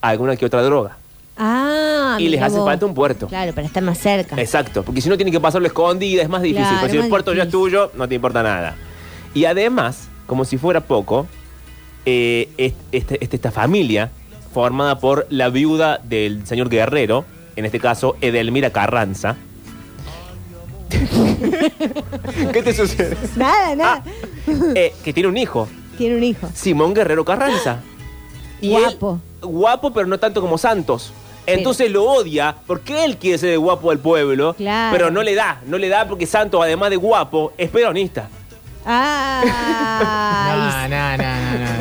Speaker 6: alguna que otra droga.
Speaker 7: Ah,
Speaker 6: y les
Speaker 7: mira
Speaker 6: hace
Speaker 7: vos.
Speaker 6: falta un puerto.
Speaker 7: Claro, para estar más cerca.
Speaker 6: Exacto, porque si no tienen que pasarlo escondida es más difícil.
Speaker 7: Claro,
Speaker 6: porque si
Speaker 7: más
Speaker 6: el puerto ya es tuyo, no te importa nada. Y además, como si fuera poco, eh, est- este- este- esta familia, formada por la viuda del señor Guerrero, en este caso Edelmira Carranza. ¿Qué te sucede?
Speaker 7: Nada, nada.
Speaker 6: Eh, que tiene un hijo,
Speaker 7: Tiene un hijo.
Speaker 6: Simón Guerrero Carranza. Y él-
Speaker 7: Guapo.
Speaker 6: guapo, pero no tanto como Santos. Entonces lo odia porque él quiere ser el guapo del pueblo,
Speaker 7: Claro.
Speaker 6: pero no le da, no le da porque Santos, además de guapo, es peronista.
Speaker 7: Ah.
Speaker 5: No, no, no, no, no.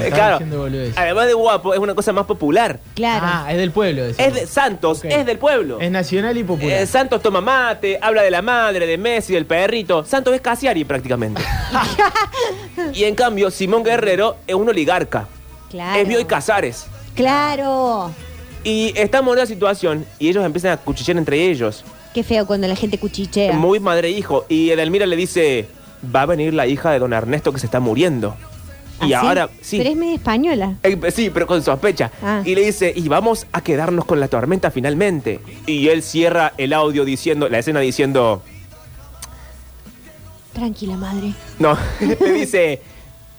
Speaker 6: Eh,
Speaker 5: estaba
Speaker 6: claro.
Speaker 5: diciendo boludez.
Speaker 6: Además de guapo, es una cosa más popular.
Speaker 7: Claro.
Speaker 5: Ah, es del pueblo. decimos.
Speaker 6: Es de Santos, es del pueblo.
Speaker 5: Es nacional y popular.
Speaker 6: Eh, Santos toma mate, habla de la madre, de Messi, del perrito. Santos es Casiari prácticamente. y en cambio, Simón Guerrero es un oligarca.
Speaker 7: Claro.
Speaker 6: Es Bioy Casares.
Speaker 7: Claro.
Speaker 6: Y estamos en una situación y ellos empiezan a cuchichear entre ellos.
Speaker 7: Qué feo cuando la gente cuchichea.
Speaker 6: Muy madre e hijo. Y el Elmira le dice, va a venir la hija de don Ernesto que se está muriendo. Y
Speaker 7: ¿Ah,
Speaker 6: ahora, sí.
Speaker 7: Pero es medio española.
Speaker 6: Eh, sí, pero con sospecha.
Speaker 7: Ah.
Speaker 6: Y le dice, y vamos a quedarnos con la tormenta finalmente. Y él cierra el audio diciendo, la escena diciendo,
Speaker 7: Tranquila, madre.
Speaker 6: no, le dice,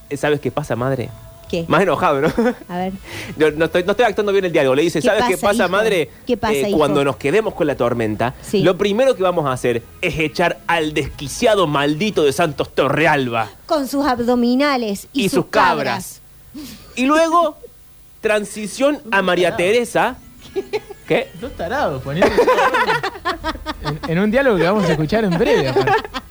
Speaker 6: "Eh, ¿sabes qué pasa, madre?
Speaker 7: ¿Qué?
Speaker 6: Más enojado, ¿no?
Speaker 7: A ver.
Speaker 6: Yo no estoy, no estoy actuando bien el diálogo. Le dice,
Speaker 7: ¿Qué
Speaker 6: ¿sabes qué
Speaker 7: pasa,
Speaker 6: pasa,
Speaker 7: hijo?
Speaker 6: madre? Eh,
Speaker 7: ¿Qué pasa, hijo?
Speaker 6: Cuando nos quedemos con la tormenta,
Speaker 7: Sí.
Speaker 6: lo primero que vamos a hacer es echar al desquiciado maldito de Santos Torrealba
Speaker 7: Con sus abdominales y,
Speaker 6: y, sus cabras. Y luego, transición a María Teresa. ¿Qué?
Speaker 5: Dos tarados, poniendo- en, en un diálogo que vamos a escuchar en breve. aparte.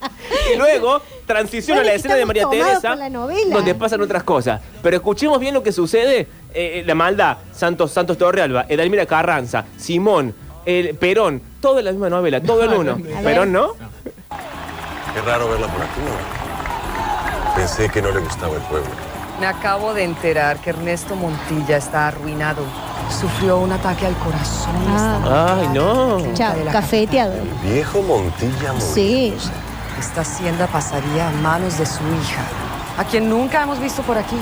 Speaker 6: Y luego, transición a
Speaker 7: Bueno,
Speaker 6: la
Speaker 7: que
Speaker 6: escena de
Speaker 7: estamos
Speaker 6: María
Speaker 7: tomados
Speaker 6: Teresa,
Speaker 7: por la novela.
Speaker 6: donde pasan otras cosas. Pero escuchemos bien lo que sucede. eh, eh, la maldad, Santos, Santos Torrealba, Edalmira Carranza, Simón, el Perón, todo en la misma novela, todo en uno.
Speaker 7: no. A ver.
Speaker 6: Perón, ¿no?
Speaker 14: Es raro verla por aquí. ¿no? Pensé que no le gustaba el pueblo.
Speaker 15: Me acabo de enterar que Ernesto Montilla está arruinado. Sufrió un ataque al corazón.
Speaker 7: Ah.
Speaker 6: Ay, no.
Speaker 7: Chao, cafeteado.
Speaker 14: Viejo Montilla Montilla.
Speaker 7: Sí.
Speaker 15: Esta hacienda pasaría a manos de su hija, a quien nunca hemos visto por aquí.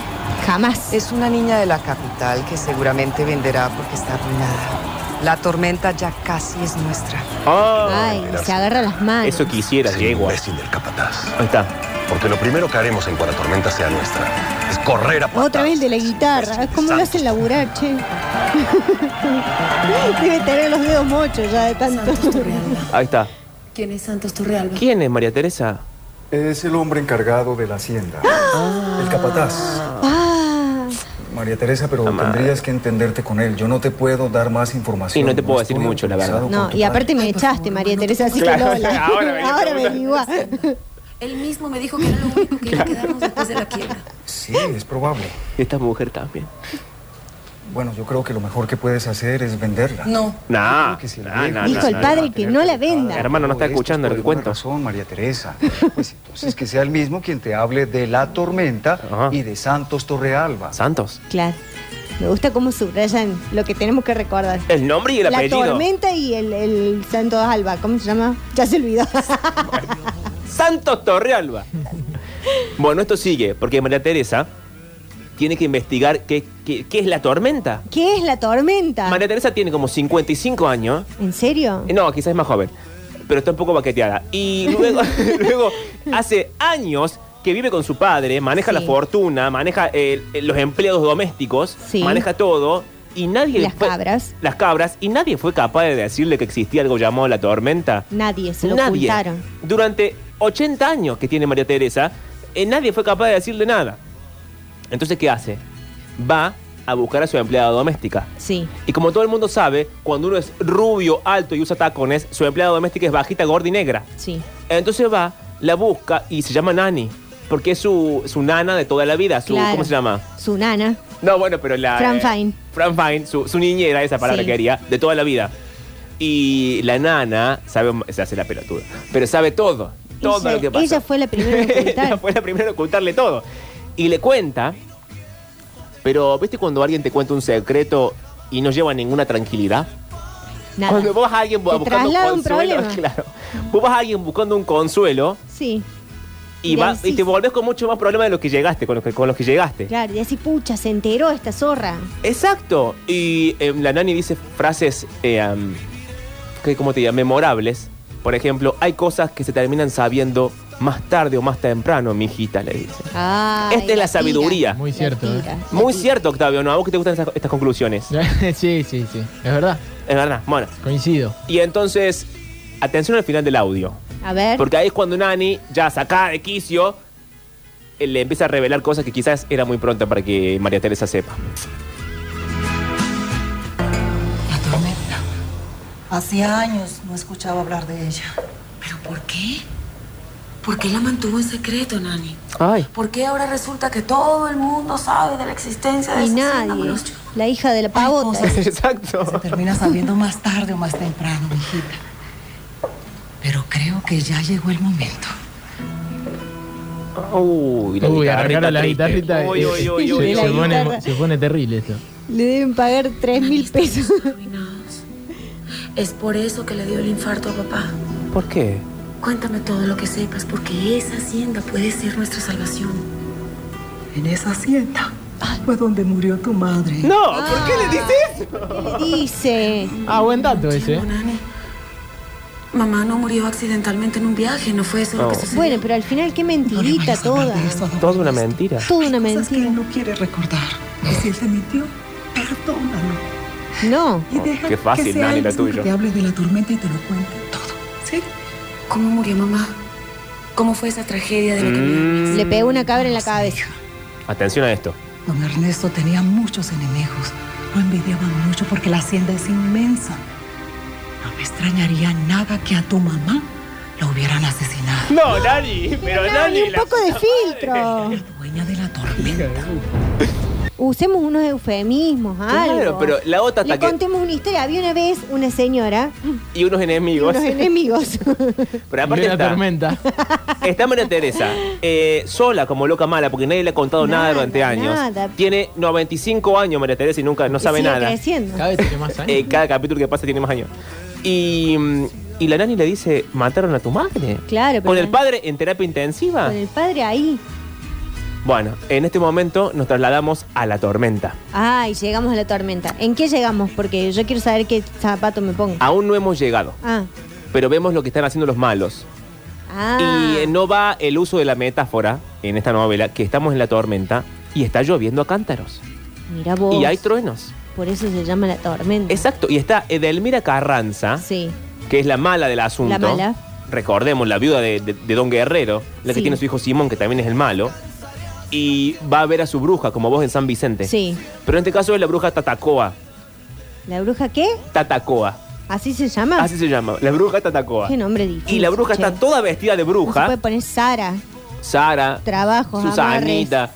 Speaker 7: Jamás.
Speaker 15: Es una niña de la capital que seguramente venderá porque está arruinada. La tormenta ya casi es nuestra.
Speaker 7: Ay, se agarra las manos.
Speaker 6: Ah, Eso quisiera, yegua.
Speaker 14: Imbécil del capataz.
Speaker 6: Ahí está.
Speaker 14: Porque lo primero que haremos en cuanto la tormenta sea nuestra es correr a
Speaker 7: Otra vez el de la guitarra. ¿Cómo lo hacen laburar, che? Debe tener los dedos mochos ya de tanto.
Speaker 6: Ahí está.
Speaker 15: ¿Quién es Santos Torrealba?
Speaker 6: ¿Quién es María Teresa?
Speaker 13: Es el hombre encargado de la hacienda.
Speaker 6: Ah.
Speaker 13: El capataz.
Speaker 7: Ah.
Speaker 13: María Teresa, pero tendrías que entenderte con él. Yo no te puedo dar más información.
Speaker 6: Y no te puedo decir
Speaker 13: estuve
Speaker 6: mucho, la verdad.
Speaker 13: autorizado con
Speaker 7: No,
Speaker 13: tu
Speaker 7: y
Speaker 13: padre.
Speaker 7: aparte me echaste, María Teresa, así
Speaker 6: Claro,
Speaker 7: que Lola.
Speaker 6: ahora venís a
Speaker 7: Ahora me
Speaker 6: preguntar.
Speaker 7: averigua.
Speaker 11: Él mismo me dijo que era lo único que iba a quedarnos después de la quiebra.
Speaker 13: Sí, es probable.
Speaker 6: Y esta mujer también.
Speaker 13: Bueno, yo creo que lo mejor que puedes hacer es venderla.
Speaker 11: No.
Speaker 6: Nah, nah, nah,
Speaker 7: Dijo
Speaker 6: nah,
Speaker 7: el
Speaker 6: nah,
Speaker 7: padre
Speaker 6: nah.
Speaker 7: que no la venda.
Speaker 6: Hermano, no está escuchando lo que
Speaker 13: Por alguna
Speaker 6: cuento.
Speaker 13: razón, María Teresa. Pues entonces que sea el mismo quien te hable de la tormenta y de Santos Torrealba.
Speaker 6: Santos.
Speaker 7: Claro. Me gusta cómo subrayan lo que tenemos que recordar.
Speaker 6: El nombre y el
Speaker 7: la
Speaker 6: apellido.
Speaker 7: tormenta y el, el Santo Alba, ¿cómo se llama? Ya se olvidó.
Speaker 6: Santos Torrealba. bueno, esto sigue, porque María Teresa tiene que investigar qué, qué- qué es la tormenta.
Speaker 7: ¿Qué es la tormenta?
Speaker 6: María Teresa tiene como 55 años.
Speaker 7: ¿En serio?
Speaker 6: Eh, No, quizás es más joven, pero está un poco baqueteada. Y luego, luego hace años que vive con su padre, maneja
Speaker 7: Sí.
Speaker 6: la fortuna, maneja eh, los empleados domésticos,
Speaker 7: Sí.
Speaker 6: maneja todo. Y nadie
Speaker 7: Las
Speaker 6: fue-
Speaker 7: cabras.
Speaker 6: Las cabras. Y nadie fue capaz de decirle que existía algo llamado la tormenta.
Speaker 7: Nadie, se lo
Speaker 6: Nadie.
Speaker 7: ocultaron.
Speaker 6: Durante 80 años que tiene María Teresa, eh, nadie fue capaz de decirle nada. Entonces, ¿qué hace? Va a buscar a su empleada doméstica.
Speaker 7: Sí.
Speaker 6: Y como todo el mundo sabe, cuando uno es rubio, alto y usa tacones, su empleada doméstica es bajita, gorda y negra.
Speaker 7: Sí.
Speaker 6: Entonces va, la busca y se llama Nani. Porque es su, su nana de toda la vida. Su,
Speaker 7: Claro.
Speaker 6: ¿Cómo se llama?
Speaker 7: Su nana.
Speaker 6: No, bueno, pero la.
Speaker 7: Fran
Speaker 6: eh,
Speaker 7: Fine.
Speaker 6: Fran Fine, su, su niñera, esa palabra
Speaker 7: Sí.
Speaker 6: que haría, de toda la vida. Y la nana sabe, se hace la pelotuda, pero sabe todo, todo
Speaker 7: ella,
Speaker 6: lo que pasa.
Speaker 7: ella fue la primera en
Speaker 6: Ella
Speaker 7: ocultar.
Speaker 6: fue la primera en ocultarle todo. Y le cuenta, pero ¿viste cuando alguien te cuenta un secreto y no lleva ninguna tranquilidad?
Speaker 7: Nada.
Speaker 6: Cuando vos vas a alguien bu-
Speaker 7: Te
Speaker 6: buscando un
Speaker 7: traslada un
Speaker 6: consuelo,
Speaker 7: problema.
Speaker 6: claro. Vos vas a alguien buscando un consuelo
Speaker 7: Sí.
Speaker 6: y,
Speaker 7: Le
Speaker 6: vas- y
Speaker 7: decís.
Speaker 6: te volvés con mucho más problema de lo que llegaste, con los que, con los que llegaste.
Speaker 7: Claro, y así, pucha, se enteró esta zorra.
Speaker 6: Exacto. Y eh, la nani dice frases, eh, am, que, ¿cómo te diría? Memorables. Por ejemplo, hay cosas que se terminan sabiendo más tarde o más temprano, mi hijita, le dice. Esta
Speaker 7: Ay,
Speaker 6: es la
Speaker 7: tira.
Speaker 6: sabiduría.
Speaker 5: Muy cierto.
Speaker 7: La
Speaker 5: ¿eh?
Speaker 7: tira.
Speaker 6: Muy cierto, Octavio, ¿no? A vos que te gustan esas- estas conclusiones.
Speaker 5: sí, sí, sí. Es verdad.
Speaker 6: Es verdad. Bueno,
Speaker 5: Coincido.
Speaker 6: y entonces, atención al final del audio.
Speaker 7: A
Speaker 5: ¿Eh?
Speaker 7: ver.
Speaker 6: Porque ahí es cuando Nani, ya sacada de quicio, eh, le empieza a revelar cosas que quizás era muy pronta para que María Teresa sepa.
Speaker 15: La tormenta.
Speaker 16: Hacía años no escuchaba hablar de ella.
Speaker 11: ¿Pero por qué?
Speaker 16: ¿Por qué la mantuvo en secreto, Nani?
Speaker 6: Ay.
Speaker 16: ¿Por qué ahora resulta que todo el mundo sabe de la existencia de
Speaker 7: Y
Speaker 16: ese
Speaker 7: nadie.
Speaker 16: símbolo?
Speaker 7: La hija de la pavota.
Speaker 6: Exacto.
Speaker 15: Se termina sabiendo más tarde o más temprano, mijita. Pero creo que ya llegó el momento.
Speaker 6: Uy, la
Speaker 5: Uy,
Speaker 6: guitarrita
Speaker 5: arrancaron la
Speaker 6: triste.
Speaker 5: guitarrita.
Speaker 6: Uy, uy, uy, uy,
Speaker 5: se,
Speaker 6: uy.
Speaker 5: se
Speaker 7: guitarra.
Speaker 5: pone, se pone terrible esto.
Speaker 7: Le deben pagar 3 mil pesos.
Speaker 16: Es por eso que le dio el infarto a papá.
Speaker 6: ¿Por qué?
Speaker 16: Cuéntame todo lo que sepas, porque esa hacienda puede ser nuestra salvación.
Speaker 15: En esa hacienda fue donde murió tu madre.
Speaker 6: No, ¿por qué le dices?
Speaker 7: Dice.
Speaker 5: Ah, buen dato ese.
Speaker 16: Mamá no murió accidentalmente en un viaje, no fue eso lo que
Speaker 6: No.
Speaker 16: sucedió.
Speaker 7: Bueno, pero al final qué mentirita toda.
Speaker 6: Todo una mentira.
Speaker 7: Toda una mentira.
Speaker 15: No quiere recordar. Y si él te mintió, perdónalo.
Speaker 7: No.
Speaker 15: Y deja
Speaker 6: qué fácil,
Speaker 15: que sea
Speaker 6: Nani,
Speaker 15: él
Speaker 6: la
Speaker 15: mismo
Speaker 6: tuya.
Speaker 15: Que te hable de la tormenta y te lo cuente todo. ¿Sí?
Speaker 16: ¿Cómo murió mamá? ¿Cómo fue esa tragedia de la que
Speaker 6: Mm.
Speaker 7: Le pegó una cabra en la cabeza.
Speaker 6: Atención a esto.
Speaker 15: Don Ernesto tenía muchos enemigos. Lo envidiaban mucho porque la hacienda es inmensa. No me extrañaría nada que a tu mamá la hubieran asesinado.
Speaker 6: No, Nani, pero
Speaker 7: No, ni
Speaker 6: Nani.
Speaker 7: un poco de filtro.
Speaker 15: Dueña de la tormenta.
Speaker 7: Usemos unos eufemismos, algo.
Speaker 6: Claro, pero la otra
Speaker 7: Le
Speaker 6: hasta que.
Speaker 7: contemos una historia. Había una vez una señora,
Speaker 6: Y unos enemigos.
Speaker 7: unos enemigos.
Speaker 6: Pero
Speaker 5: Y
Speaker 6: aparte
Speaker 5: una
Speaker 6: está,
Speaker 5: tormenta.
Speaker 6: está María Teresa, eh, sola como loca mala, porque nadie le ha contado nada,
Speaker 7: Nada,
Speaker 6: durante años.
Speaker 7: nada.
Speaker 6: Tiene 95 años María Teresa y nunca, no sabe
Speaker 7: Sigue
Speaker 6: nada.
Speaker 7: creciendo.
Speaker 5: Cada vez tiene más años.
Speaker 6: Eh, cada capítulo que pasa tiene más años. Y, mm, y la nani le dice, mataron a tu madre.
Speaker 7: Claro, pero
Speaker 6: ¿Con el padre en terapia intensiva?
Speaker 7: con el padre ahí.
Speaker 6: Bueno, en este momento nos trasladamos a la tormenta.
Speaker 7: Ay, llegamos a la tormenta. ¿En qué llegamos? Porque yo quiero saber qué zapato me pongo.
Speaker 6: Aún no hemos llegado,
Speaker 7: Ah,
Speaker 6: pero vemos lo que están haciendo los malos.
Speaker 7: ah.
Speaker 6: Y eh, no va el uso de la metáfora en esta novela, que estamos en la tormenta y está lloviendo a cántaros.
Speaker 7: Mira vos.
Speaker 6: Y hay truenos.
Speaker 7: Por eso se llama la tormenta.
Speaker 6: Exacto, y está Edelmira Carranza,
Speaker 7: Sí.
Speaker 6: que es la mala del asunto.
Speaker 7: La mala.
Speaker 6: Recordemos, la viuda de, de- de Don Guerrero, la que
Speaker 7: Sí.
Speaker 6: tiene su hijo Simón, que también es el malo. Y va a ver a su bruja, como vos en San Vicente.
Speaker 7: Sí.
Speaker 6: Pero en este caso es la bruja Tatacoa.
Speaker 7: ¿La bruja qué?
Speaker 6: Tatacoa.
Speaker 7: ¿Así se llama?
Speaker 6: Así se llama. La bruja Tatacoa.
Speaker 7: Ah. Qué nombre dicho.
Speaker 6: Y la bruja está toda vestida de
Speaker 7: No se
Speaker 6: bruja.
Speaker 7: puede poner Sara.
Speaker 6: Sara,
Speaker 7: Trabajos,
Speaker 6: Susanita.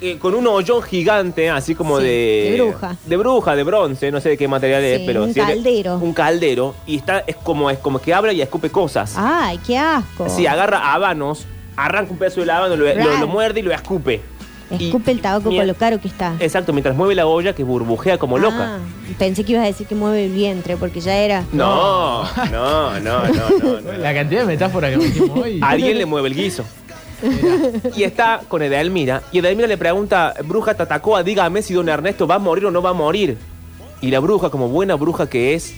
Speaker 6: eh, con un hoyón gigante, así como
Speaker 7: Sí,
Speaker 6: de.
Speaker 7: de bruja.
Speaker 6: De bruja, de bronce, no sé de qué material es,
Speaker 7: Sí,
Speaker 6: pero.
Speaker 7: un
Speaker 6: sí es de-
Speaker 7: caldero.
Speaker 6: Un caldero. Y está, es como, es como que habla y escupe cosas.
Speaker 7: Ay, qué asco.
Speaker 6: Si agarra habanos, arranca un pedazo de habano, lo, lo- lo muerde y lo escupe.
Speaker 7: Escupe el tabaco
Speaker 6: Mira.
Speaker 7: con lo caro que está.
Speaker 6: Exacto, mientras mueve la olla que burbujea como loca.
Speaker 7: Ah, pensé que ibas a decir que mueve el vientre, porque ya era.
Speaker 6: No, no, no, no, no. no.
Speaker 5: La cantidad de metáforas que metimos hoy.
Speaker 6: Alguien le mueve el guiso. Y está con Edelmira. Y Edelmira le pregunta, bruja Tatacoa, dígame si don Ernesto va a morir o no va a morir. Y la bruja, como buena bruja que es,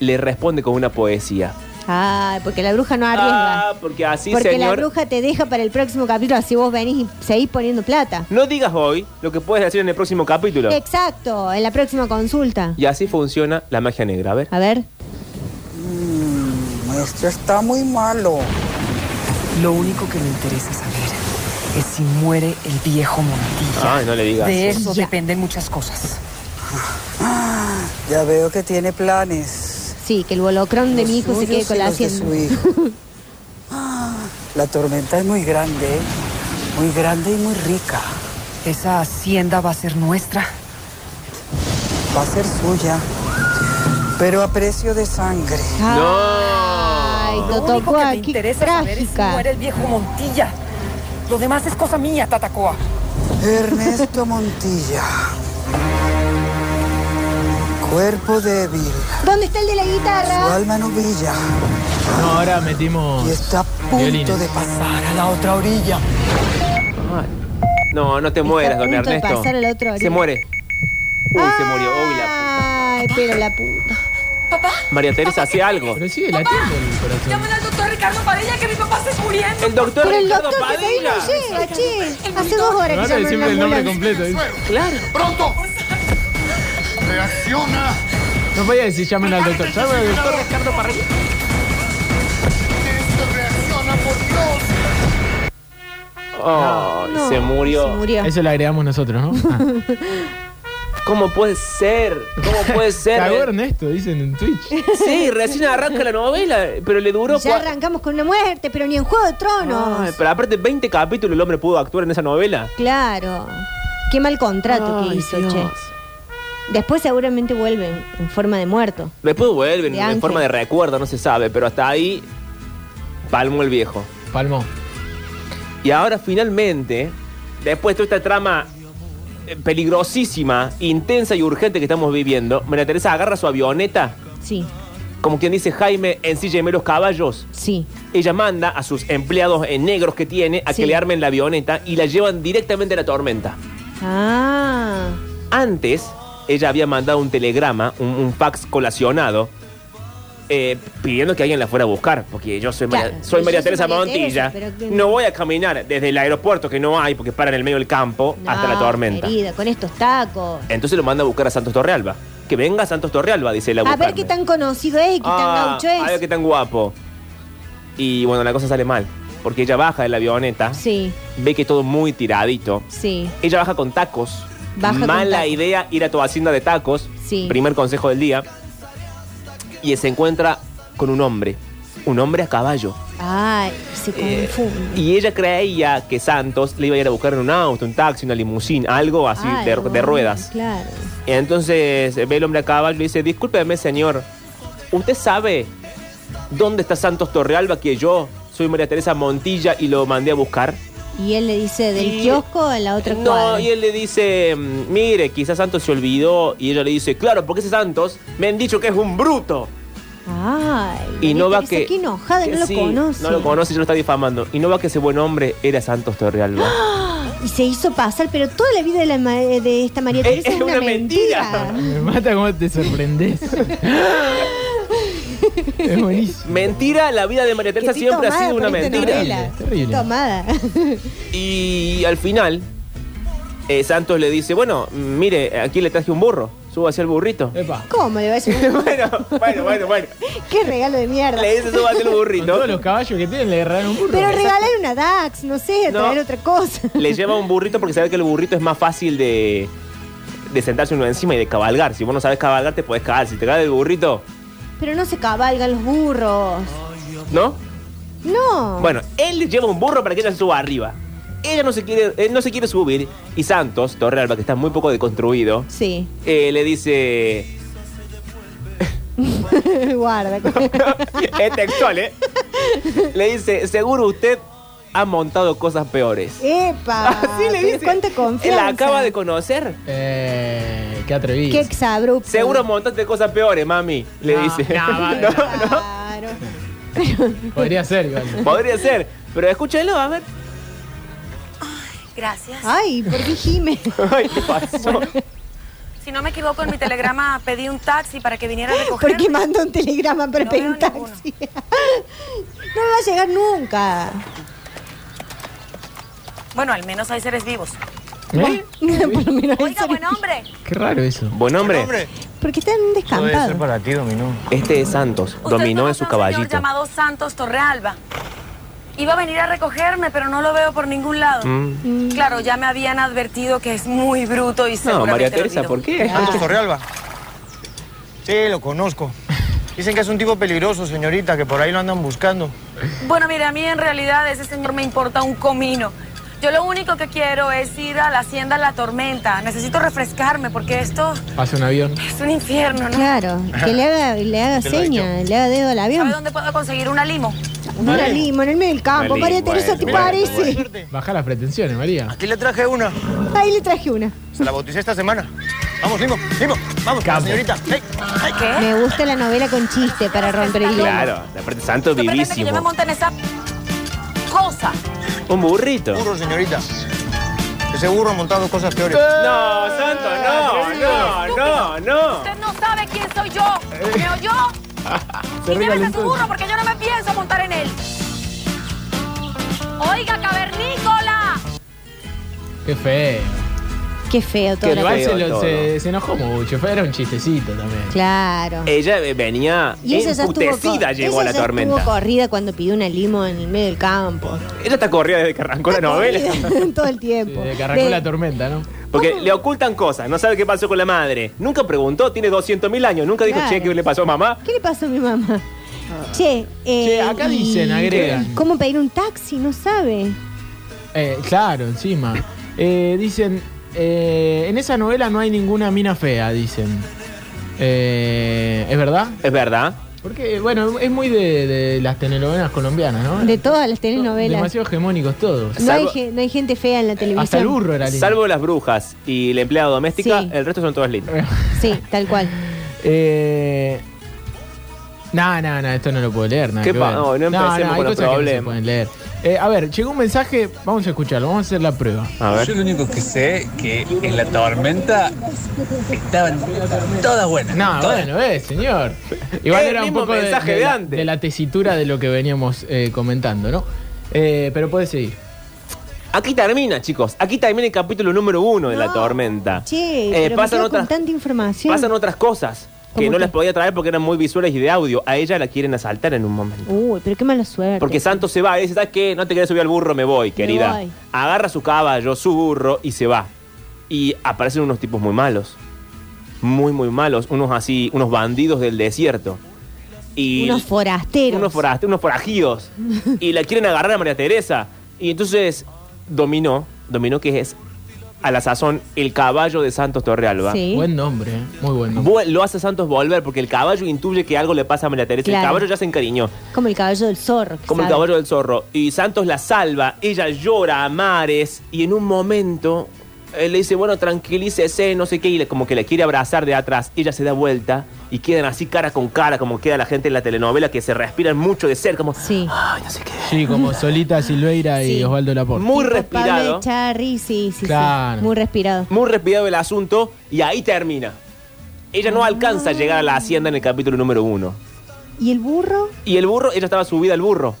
Speaker 6: le responde con una poesía.
Speaker 7: Ay, porque la bruja no arriesga.
Speaker 6: Ah, porque así,
Speaker 7: porque la
Speaker 6: señor.
Speaker 7: bruja te deja para el próximo capítulo, así vos venís y seguís poniendo plata.
Speaker 6: No digas hoy lo que puedes decir en el próximo capítulo.
Speaker 7: Eh. Exacto, en la próxima consulta.
Speaker 6: Y así funciona la magia negra. A ver.
Speaker 7: A ver.
Speaker 15: Esto está muy malo. Lo único que me interesa saber es si muere el viejo Montilla.
Speaker 6: Ay, no le digas.
Speaker 15: De eso dependen muchas cosas. Ya veo que tiene planes.
Speaker 7: Sí, que el bolocrón de mi hijo se quede con la hacienda.
Speaker 15: Ah, La tormenta es muy grande, muy grande y muy rica. Esa hacienda va a ser nuestra. Va a ser suya, pero a precio de sangre.
Speaker 6: Ah.
Speaker 7: Ay,
Speaker 15: Lo
Speaker 7: Totó
Speaker 15: único que me
Speaker 7: Cuaqui,
Speaker 15: interesa saber es si
Speaker 7: trágica.
Speaker 15: muere el viejo Montilla. Lo demás es cosa mía, Tatacoa. Ernesto Montilla. Cuerpo débil.
Speaker 7: ¿Dónde está el de la guitarra?
Speaker 15: alma no brilla.
Speaker 5: No, ahora metimos. violines.
Speaker 15: pasar a la otra orilla.
Speaker 6: Ay. No, no te mueras, don
Speaker 7: punto de
Speaker 6: Ernesto.
Speaker 7: pasar a la otra
Speaker 6: se
Speaker 7: orilla.
Speaker 6: muere. Uy, se murió. Uy,
Speaker 7: Ah.
Speaker 6: la
Speaker 7: Ay, pero la puta.
Speaker 6: pu- María Teresa, hace algo.
Speaker 5: Pero sigue latiendo el corazón.
Speaker 16: Llámale al doctor Ricardo Padilla que mi papá se está muriendo.
Speaker 6: El doctor
Speaker 7: Pero el
Speaker 6: Ricardo
Speaker 7: doctor que ahí
Speaker 6: Padilla.
Speaker 7: no llega, che. Hace dos horas
Speaker 5: Ahora
Speaker 7: que llamaron
Speaker 5: decimos
Speaker 7: a
Speaker 5: el
Speaker 7: la
Speaker 5: nombre completo.
Speaker 7: ambulancia.
Speaker 5: ¿eh?
Speaker 6: Claro.
Speaker 17: ¡Pronto! ¡Reacciona!
Speaker 5: No podía decir llamen al doctor. Llamen al doctor.
Speaker 6: Ricardo Padilla.
Speaker 17: ¡Esto reacciona, por Dios!
Speaker 6: Oh,
Speaker 7: No,
Speaker 6: se murió.
Speaker 7: Se murió.
Speaker 5: Eso lo agregamos nosotros, ¿no? Ah.
Speaker 6: ¿Cómo puede ser? ¿Cómo puede ser? ¿eh?
Speaker 5: Cagó Ernesto, dicen en Twitch.
Speaker 6: Sí, recién arranca la novela, pero le duró.
Speaker 7: Ya
Speaker 6: cua-
Speaker 7: arrancamos con una muerte, pero ni en Juego de Tronos.
Speaker 6: Ay, pero aparte, 20 capítulos el hombre pudo actuar en esa novela.
Speaker 7: Claro. Qué mal contrato que
Speaker 6: Ay,
Speaker 7: hizo,
Speaker 6: Dios.
Speaker 7: che. Después seguramente vuelven en forma de muerto.
Speaker 6: Después vuelven
Speaker 7: De
Speaker 6: en
Speaker 7: ángel.
Speaker 6: forma de recuerdo, no se sabe, pero hasta ahí palmó el viejo.
Speaker 5: Palmó.
Speaker 6: Y ahora finalmente, después de toda esta trama eh, peligrosísima, intensa y urgente que estamos viviendo, María Teresa agarra su avioneta,
Speaker 7: Sí.
Speaker 6: como quien dice Jaime, ensílleme los caballos.
Speaker 7: Sí.
Speaker 6: Ella manda a sus empleados en negros que tiene a
Speaker 7: Sí.
Speaker 6: que le armen la avioneta y la llevan directamente a la tormenta.
Speaker 7: Ah.
Speaker 6: Antes, ella había mandado un telegrama, un, un fax colacionado, eh, pidiendo que alguien la fuera a buscar, porque yo soy
Speaker 7: Claro,
Speaker 6: María, soy
Speaker 7: yo
Speaker 6: María
Speaker 7: soy
Speaker 6: Teresa
Speaker 7: María
Speaker 6: Montilla.
Speaker 7: Teresa, pero que-
Speaker 6: no voy a caminar desde el aeropuerto, que no hay, porque para en el medio del campo, hasta la
Speaker 7: No,
Speaker 6: tormenta.
Speaker 7: Ah, Querida, con estos tacos.
Speaker 6: Entonces lo manda a buscar a Santos Torrealba. Que venga Santos Torrealba, dice la Ah,
Speaker 7: A ver qué tan conocido es y qué tan gaucho es.
Speaker 6: A ver qué tan guapo. Y bueno, la cosa sale mal, porque ella baja de la avioneta,
Speaker 7: Sí,
Speaker 6: ve que todo muy tiradito.
Speaker 7: sí,
Speaker 6: Ella baja con tacos.
Speaker 7: Baja con
Speaker 6: Mala
Speaker 7: tacos.
Speaker 6: idea ir a tu hacienda de tacos.
Speaker 7: Sí.
Speaker 6: Primer consejo del día. Y se encuentra con un hombre. Un hombre a caballo.
Speaker 7: Ay, se
Speaker 6: Eh,
Speaker 7: confunde.
Speaker 6: y ella creía que Santos le iba a ir a buscar en un auto, un taxi, una limusín, algo así
Speaker 7: Ay,
Speaker 6: de,
Speaker 7: bueno,
Speaker 6: de ruedas.
Speaker 7: Claro.
Speaker 6: Entonces eh, ve el hombre a caballo y dice, discúlpeme señor, ¿usted sabe dónde está Santos Torrealba que yo soy María Teresa Montilla y lo mandé a buscar?
Speaker 7: Y él le dice del
Speaker 6: Y-
Speaker 7: kiosco en la otra
Speaker 6: No,
Speaker 7: cuadra.
Speaker 6: y él le dice, mm, mire, quizás Santos se olvidó. Y ella le dice, claro, porque ese Santos me han dicho que es un bruto.
Speaker 7: Ay,
Speaker 6: Y no va
Speaker 7: Teresa,
Speaker 6: que...
Speaker 7: Qué enojada,
Speaker 6: que
Speaker 7: no lo
Speaker 6: sí,
Speaker 7: conoce.
Speaker 6: No lo conoce, yo lo está difamando. Y no va que ese buen hombre era Santos Torrealba.
Speaker 7: Y se hizo pasar, pero toda la vida de, la ma- eh, de esta María Teresa es, una, mentira.
Speaker 5: Me mata cómo te sorprendes. es buenísimo.
Speaker 6: Mentira, la vida de María
Speaker 7: Que
Speaker 6: Teresa
Speaker 7: estoy
Speaker 6: siempre ha
Speaker 7: tomada
Speaker 6: sido
Speaker 7: por
Speaker 6: una
Speaker 7: esta
Speaker 6: mentira.
Speaker 7: novela. Estoy
Speaker 5: Terrible.
Speaker 7: Tomada.
Speaker 6: Y al final, eh, Santos le dice, bueno, mire, aquí le traje un burro. Suba hacia el burrito.
Speaker 5: Eh.
Speaker 7: ¿Cómo le va a decir?
Speaker 6: bueno, bueno, bueno, bueno.
Speaker 7: Qué regalo de mierda.
Speaker 6: Le dice, suba hacia el
Speaker 5: Con
Speaker 6: burrito.
Speaker 5: todos los caballos que tienen le agarraron un burro.
Speaker 7: Pero regalar una DAX, no sé,
Speaker 6: No.
Speaker 7: traer otra cosa.
Speaker 6: le lleva un burrito porque sabe que el burrito es más fácil de, de sentarse uno encima y de cabalgar. Si vos no sabes cabalgar, te podés cagar. Si te cae el burrito,
Speaker 7: Pero no se cabalgan los burros.
Speaker 6: ¿no?
Speaker 7: No.
Speaker 6: Bueno, él le lleva un burro para que ella se suba arriba. Ella no se quiere, él no se quiere subir. Y Santos, Torrealba, que está muy poco deconstruido,
Speaker 7: Sí.
Speaker 6: eh, le dice.
Speaker 7: Guarda.
Speaker 6: es textual, ¿eh? Le dice: Seguro usted ha montado cosas peores.
Speaker 7: Epa.
Speaker 6: Así le
Speaker 7: Ah, pero
Speaker 6: dice.
Speaker 7: Cuánta
Speaker 6: Él
Speaker 7: confianza.
Speaker 6: la acaba de conocer.
Speaker 5: Eh, qué atrevido.
Speaker 7: Qué exabrupto.
Speaker 6: Seguro montaste cosas peores, mami. Le
Speaker 5: No,
Speaker 6: dice.
Speaker 5: no, vale, Podría ser, igual.
Speaker 6: Podría ser, pero escúchenlo, a ver.
Speaker 11: Gracias.
Speaker 7: Ay, ¿por qué gime?
Speaker 6: Ay, ¿qué pasó?
Speaker 11: Si no me equivoco, en mi telegrama pedí un taxi para que viniera a recoger.
Speaker 7: Porque manda un telegrama para
Speaker 11: No
Speaker 7: pedir
Speaker 11: veo
Speaker 7: un taxi. no me va a llegar nunca.
Speaker 11: Bueno, al menos hay seres vivos.
Speaker 5: ¿Eh?
Speaker 7: Por lo menos
Speaker 11: Oiga,
Speaker 7: eso.
Speaker 11: buen hombre.
Speaker 5: Qué raro eso.
Speaker 6: Buen hombre.
Speaker 7: Porque está en un descampado.
Speaker 6: para ti, dominó. Este es Santos,
Speaker 11: Usted
Speaker 6: dominó en
Speaker 11: conoce
Speaker 6: su
Speaker 11: a un señor
Speaker 6: caballito.
Speaker 11: llamado Santos Torrealba. Iba a venir a recogerme, pero no lo veo por ningún lado.
Speaker 6: Mm.
Speaker 11: Claro, ya me habían advertido que es muy bruto y
Speaker 6: No,
Speaker 11: seguramente
Speaker 6: María
Speaker 11: lo
Speaker 6: Teresa,
Speaker 11: olvidó.
Speaker 6: ¿por qué?
Speaker 12: Santos
Speaker 7: Ah,
Speaker 12: Torrealba. Sí, lo conozco. Dicen que es un tipo peligroso, señorita, que por ahí lo andan buscando.
Speaker 11: Bueno, mire, a mí en realidad ese señor me importa un comino. Yo lo único que quiero es ir a la hacienda La Tormenta. Necesito refrescarme porque esto
Speaker 5: Pasa un avión.
Speaker 11: es un infierno, ¿no?
Speaker 7: Claro, que le haga, le haga
Speaker 5: Te lo he
Speaker 7: seña, le haga dedo al
Speaker 11: ¿Sabe
Speaker 7: avión.
Speaker 11: dónde puedo conseguir una limo?
Speaker 7: Mira limo en el medio del campo.
Speaker 5: Una
Speaker 7: María
Speaker 5: limo,
Speaker 7: Teresa,
Speaker 5: bueno,
Speaker 7: ¿te
Speaker 5: bueno,
Speaker 7: parece?
Speaker 5: Baja las pretensiones, María.
Speaker 12: Aquí le traje una.
Speaker 7: Ahí le traje una.
Speaker 12: Se la bauticé esta semana. Vamos, Limo, Limo, vamos, señorita. Hey, hey.
Speaker 7: Me gusta la novela con chiste para romper el hielo.
Speaker 6: Claro, aparte
Speaker 11: Espérate
Speaker 6: Santos
Speaker 11: que yo me
Speaker 6: vivísimo.
Speaker 11: monte en esa cosa.
Speaker 6: Un burrito.
Speaker 12: Burro, señorita. De seguro ha montado cosas peores.
Speaker 6: No, Santos,
Speaker 7: Ah,
Speaker 6: no, no, no, no.
Speaker 11: Usted no sabe quién soy yo. ¿Me oyó?
Speaker 6: Se
Speaker 11: Y llévese a su
Speaker 6: recalentó.
Speaker 11: burro porque yo no me pienso montar en él. Oiga, cavernícola.
Speaker 5: Qué feo.
Speaker 7: Qué feo todo.
Speaker 5: Pero
Speaker 7: lo
Speaker 5: igual
Speaker 7: que-
Speaker 5: se, lo-
Speaker 6: todo.
Speaker 5: se- se enojó mucho. Fue, era un chistecito también.
Speaker 7: Claro.
Speaker 6: Ella venía
Speaker 7: Y ella ya estuvo, co-
Speaker 6: emputecida, Eh, llegó a
Speaker 7: ella
Speaker 6: la
Speaker 7: ya estuvo
Speaker 6: tormenta.
Speaker 7: corrida cuando pidió una limo en el medio del campo.
Speaker 6: Ella está corrida desde que arrancó la novela.
Speaker 7: todo el tiempo.
Speaker 5: Desde que arrancó
Speaker 7: De-
Speaker 5: la tormenta, ¿no?
Speaker 6: Porque le ocultan cosas, no sabe qué pasó con la madre. Nunca preguntó, tiene 200.000 años, nunca dijo,
Speaker 7: Claro.
Speaker 6: che, ¿qué le pasó a mamá?
Speaker 7: ¿Qué le pasó a mi mamá? Che, eh,
Speaker 5: acá dicen,
Speaker 7: y-
Speaker 5: agregan.
Speaker 7: ¿Cómo pedir un taxi? No sabe.
Speaker 5: Eh, claro, encima. Eh, dicen, eh, en esa novela no hay ninguna mina fea, dicen. Eh, ¿Es verdad?
Speaker 6: Es verdad.
Speaker 5: Porque, bueno, es muy de, de las telenovelas colombianas, ¿no?
Speaker 7: De todas las telenovelas.
Speaker 5: Demasiado Eh, hegemónicos todos.
Speaker 7: No hay, ge- no hay gente fea en la televisión.
Speaker 6: Salvo las brujas y la empleada doméstica, el resto son todas lindas.
Speaker 7: Sí, tal cual.
Speaker 5: Eh, no, no, no, esto no lo puedo leer. nada
Speaker 6: ¿Qué
Speaker 5: que
Speaker 6: pa-
Speaker 5: ver.
Speaker 6: no, no empecemos
Speaker 5: hay
Speaker 6: con los
Speaker 5: cosas que no se
Speaker 6: problemas.
Speaker 5: pueden leer. Eh, a ver, llegó un mensaje, vamos a escucharlo, vamos a hacer la prueba.
Speaker 18: Yo lo único que sé que en la tormenta estaban todas buenas.
Speaker 5: No,
Speaker 18: todas.
Speaker 5: bueno, eh, señor. Igual
Speaker 18: El
Speaker 5: era un
Speaker 18: mismo
Speaker 5: poco de,
Speaker 18: mensaje
Speaker 5: de
Speaker 18: de
Speaker 5: la,
Speaker 18: antes.
Speaker 5: de la tesitura de lo que veníamos eh, comentando, ¿no? Eh, pero puede seguir.
Speaker 6: Aquí termina, chicos. Aquí termina el capítulo número uno de La Tormenta.
Speaker 7: Che,
Speaker 6: Eh,
Speaker 7: pero me
Speaker 6: pasan
Speaker 7: quedo
Speaker 6: otras-
Speaker 7: con tanta información.
Speaker 6: Pasan otras cosas que no
Speaker 7: ¿Cómo qué?
Speaker 6: las podía traer porque eran muy visuales y de audio. A ella la quieren asaltar en un momento.
Speaker 7: Uy, pero qué mala suerte.
Speaker 6: Porque Santos se va y dice, ¿sabes qué? No te querés subir al burro, me voy, querida.
Speaker 7: voy.
Speaker 6: Agarra su caballo, su burro y se va. Y aparecen unos tipos muy malos. Muy, muy malos. Unos así, unos bandidos del desierto. Y
Speaker 7: Unos forasteros.
Speaker 6: unos, foraste- unos forajidos. y la quieren agarrar a María Teresa. Y entonces dominó, dominó que es a la sazón el caballo de Santos Torrealba.
Speaker 5: Buen nombre, eh, muy buen nombre.
Speaker 6: Vu- Lo hace Santos volver porque el caballo intuye que algo le pasa a María Teresa. El
Speaker 7: Claro.
Speaker 6: caballo ya se encariñó,
Speaker 7: Como el caballo del zorro. que
Speaker 6: como el
Speaker 7: sabe.
Speaker 6: caballo del zorro. Y Santos la salva, ella llora a mares y en un momento él le dice, bueno, tranquilícese, no sé qué, y le- como que le quiere abrazar de atrás. Ella se da vuelta y quedan así cara con cara, como queda la gente en la telenovela, que se respiran mucho de cerca, como... "Ay, no sé qué".
Speaker 5: Sí, como Solita Silveira y
Speaker 6: Sí.
Speaker 5: Osvaldo Laporte.
Speaker 6: Muy
Speaker 7: Tipo Pablo
Speaker 6: respirado.
Speaker 7: Echarri, sí, sí, sí.
Speaker 6: Claro.
Speaker 7: Muy respirado.
Speaker 6: Muy respirado el asunto y ahí termina. Ella no alcanza a llegar a la hacienda en el capítulo número uno.
Speaker 7: ¿Y el burro?
Speaker 6: Y el burro, ella estaba subida al burro.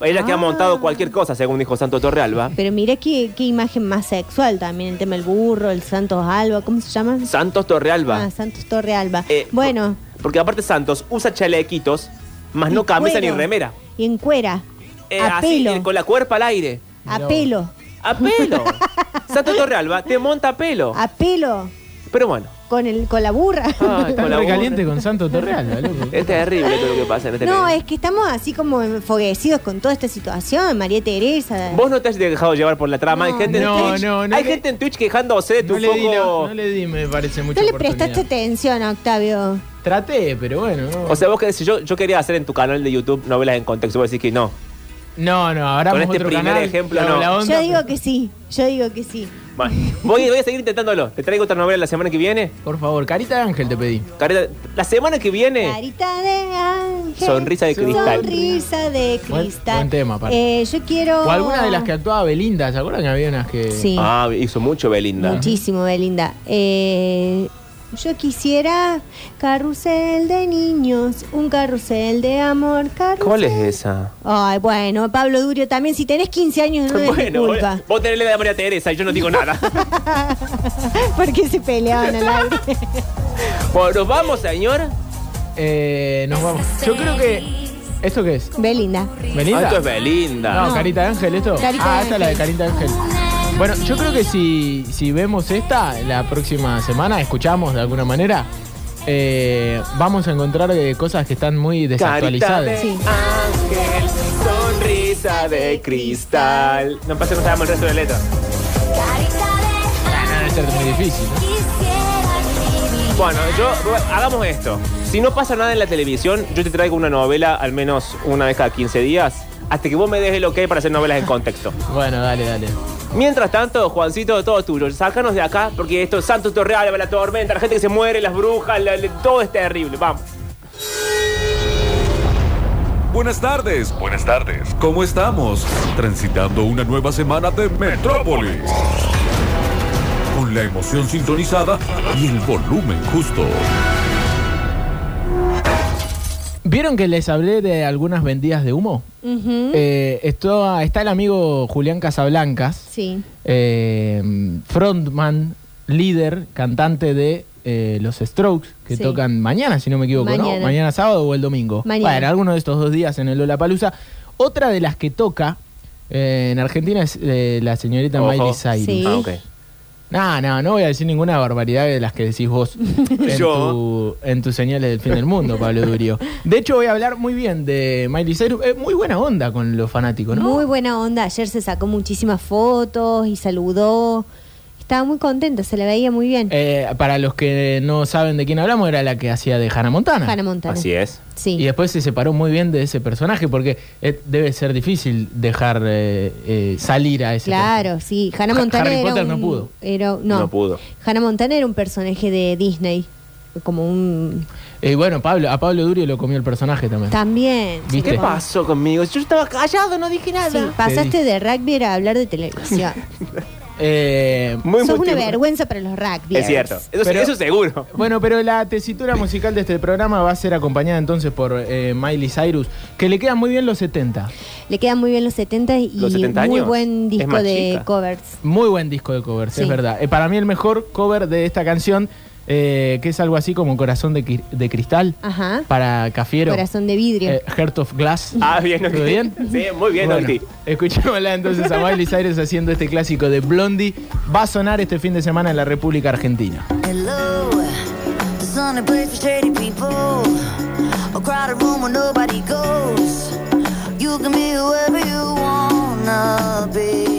Speaker 6: Ella que ha montado cualquier cosa, según dijo Santo Torrealba.
Speaker 7: Pero mira qué, qué imagen más sexual también. El tema del burro, el Santos Alba, ¿cómo se llama?
Speaker 6: Santos Torrealba.
Speaker 7: Ah, Santos Torre Alba.
Speaker 6: Eh,
Speaker 7: bueno,
Speaker 6: Porque aparte Santos usa chalequitos, más no
Speaker 7: Y
Speaker 6: camisa
Speaker 7: cuero.
Speaker 6: ni remera.
Speaker 7: y en cuera,
Speaker 6: Eh,
Speaker 7: a
Speaker 6: así,
Speaker 7: pelo,
Speaker 6: eh, con la cuerpa al aire.
Speaker 7: a pelo,
Speaker 6: A pelo. Santos Torrealba te monta a pelo.
Speaker 7: a pelo,
Speaker 6: Pero bueno,
Speaker 7: con, el, con la burra.
Speaker 6: Ay, con
Speaker 5: Está
Speaker 6: la
Speaker 5: re
Speaker 6: burra.
Speaker 5: caliente con Santo Torreal,
Speaker 6: es terrible todo lo que pasa en este
Speaker 7: No,
Speaker 6: medio.
Speaker 7: es que estamos así como enfoguecidos con toda esta situación, María Teresa.
Speaker 6: Vos no te has dejado llevar por la trama. hay gente
Speaker 5: no,
Speaker 6: en Twitch,
Speaker 5: no, no
Speaker 6: hay
Speaker 5: le-
Speaker 6: gente en Twitch quejándose de tu
Speaker 5: No le, di,
Speaker 6: poco-
Speaker 5: no, no le di, me parece mucho.
Speaker 7: No le prestaste atención a Octavio.
Speaker 5: Traté, pero bueno. no.
Speaker 6: O sea, vos querés, si yo, yo quería hacer en tu canal de YouTube novelas en contexto, vos decís que no.
Speaker 5: No, no, ahora
Speaker 6: Con este primer ejemplo, no.
Speaker 7: Yo digo que sí, yo digo que sí.
Speaker 6: Bueno, voy, voy a seguir intentándolo. Te traigo otra novela la semana que viene.
Speaker 5: Por favor, Carita de Ángel te pedí.
Speaker 6: Careta- la semana que viene.
Speaker 7: Carita de ángel.
Speaker 6: Sonrisa de cristal.
Speaker 7: Sonrisa de
Speaker 5: Buen,
Speaker 7: cristal.
Speaker 5: buen tema, aparte.
Speaker 7: Eh, yo quiero.
Speaker 5: O alguna de las que actuaba Belinda, ¿se acuerdan que había unas que.
Speaker 7: Sí.
Speaker 6: Ah, hizo mucho Belinda.
Speaker 7: Muchísimo, Belinda. Eh, yo quisiera carrusel de niños, un carrusel de amor, carrusel.
Speaker 6: ¿Cuál es esa?
Speaker 7: Ay, bueno, Pablo Durio también, si tenés 15 años no es mi
Speaker 6: Bueno, vos,
Speaker 7: culpa.
Speaker 6: vos tenés la de María Teresa y yo no digo nada.
Speaker 7: Porque se peleaban al aire.
Speaker 6: Bueno, nos vamos, señor. Ah,
Speaker 5: Eh, nos vamos. Yo creo que. ¿Esto qué es?
Speaker 7: Belinda.
Speaker 5: ¿Belinda?
Speaker 6: Ah, Esto es Belinda.
Speaker 5: No, Carita de Ángel, esto.
Speaker 7: Carita
Speaker 5: ah,
Speaker 7: de
Speaker 5: esta es la de Carita de Ángel. Bueno, yo creo que si, si vemos esta la próxima semana, escuchamos de alguna manera, eh, vamos a encontrar eh, cosas que están muy
Speaker 6: Carita de
Speaker 5: desactualizadas.
Speaker 6: ángel, sonrisa de cristal. No pasa que no sabemos el resto de letras.
Speaker 5: Ah, no, debe ser muy difícil. ¿no?
Speaker 6: Bueno, yo bueno, hagamos esto. Si no pasa nada en la televisión, yo te traigo una novela al menos una vez cada 15 días, hasta que vos me des el ok para hacer novelas en contexto.
Speaker 5: Bueno, dale, dale.
Speaker 6: Mientras tanto, Juancito, todo tuyo. Sácanos de acá, porque esto es Santos Torreal, la tormenta, la gente que se muere, las brujas, la- la- todo es terrible. Vamos.
Speaker 10: Buenas tardes. Buenas tardes. ¿Cómo estamos? Transitando una nueva semana de Metrópolis. Con la emoción sintonizada y el volumen justo.
Speaker 5: ¿Vieron que les hablé de algunas vendidas de humo?
Speaker 7: Ujú.
Speaker 5: Eh, esto, está el amigo Julián Casablancas.
Speaker 7: Sí.
Speaker 5: eh, frontman, líder, cantante de eh, los Strokes, que
Speaker 7: Sí.
Speaker 5: tocan mañana, si no me equivoco, ¿no?
Speaker 7: Mañana.
Speaker 5: Mañana sábado o el domingo.
Speaker 7: Mañana.
Speaker 5: Bueno, alguno de estos dos días en el Lollapalooza. Otra de las que toca eh, en Argentina es eh, la señorita
Speaker 6: Ojo.
Speaker 5: Miley Cyrus.
Speaker 6: Sí. Ah, ok.
Speaker 5: No, no, no voy a decir ninguna barbaridad de las que decís vos en,
Speaker 6: Yo.
Speaker 5: Tu, en tus señales del fin del mundo, Pablo Durio. De hecho, voy a hablar muy bien de Miley Cyrus. Es muy buena onda con los fanáticos, ¿no?
Speaker 7: Muy buena onda. Ayer se sacó muchísimas fotos y saludó. Estaba muy contenta, se la veía muy bien.
Speaker 5: Eh, para los que no saben de quién hablamos, era la que hacía de Hannah Montana.
Speaker 7: Hannah Montana.
Speaker 6: Así es.
Speaker 7: Sí.
Speaker 5: Y después se separó muy bien de ese personaje porque eh, debe ser difícil dejar eh, eh, salir a ese
Speaker 7: Claro, sí. Hannah
Speaker 5: Ha-
Speaker 7: Montana
Speaker 5: Harry
Speaker 7: era
Speaker 5: Potter
Speaker 7: un-
Speaker 5: no pudo.
Speaker 7: era- no.
Speaker 5: No pudo.
Speaker 7: Hannah Montana era un personaje de Disney. Como un...
Speaker 5: Y Eh, bueno, Pablo, a Pablo Durio lo comió el personaje también.
Speaker 7: También.
Speaker 5: ¿Viste?
Speaker 7: Sí,
Speaker 5: ¿Qué pasa?
Speaker 6: Pasó conmigo. Yo estaba callado, no dije nada.
Speaker 7: Sí, pasaste de rugby a hablar de televisión.
Speaker 5: Eh,
Speaker 7: Sos una vergüenza para los rugby.
Speaker 6: Es cierto. Eso- eso seguro.
Speaker 5: Bueno, pero la tesitura musical de este programa va a ser acompañada entonces por eh, Miley Cyrus, que le quedan muy bien los 70.
Speaker 7: Le quedan muy bien los 70 y
Speaker 5: Los 70
Speaker 7: muy
Speaker 5: años.
Speaker 7: buen
Speaker 5: Es
Speaker 7: disco
Speaker 5: más
Speaker 7: de
Speaker 5: chica.
Speaker 7: covers.
Speaker 5: Muy buen disco de covers,
Speaker 7: Sí.
Speaker 5: es verdad. Eh, para mí el mejor cover de esta canción, eh, que es algo así como Corazón de, cri- de Cristal,
Speaker 7: Ajá.
Speaker 5: para Cafiero.
Speaker 7: Corazón de vidrio.
Speaker 5: Eh, Heart of Glass.
Speaker 6: Ah, bien,
Speaker 5: ¿Todo
Speaker 6: Octi.
Speaker 5: bien?
Speaker 6: Sí, muy bien,
Speaker 5: Bueno,
Speaker 6: Octi.
Speaker 5: Escuchémosla entonces a Miley Cyrus haciendo este clásico de Blondie. Va a sonar este fin de semana en la República Argentina.
Speaker 17: Hello, this on a place for shady people. A crowded room where nobody goes. You can be whoever you wanna be.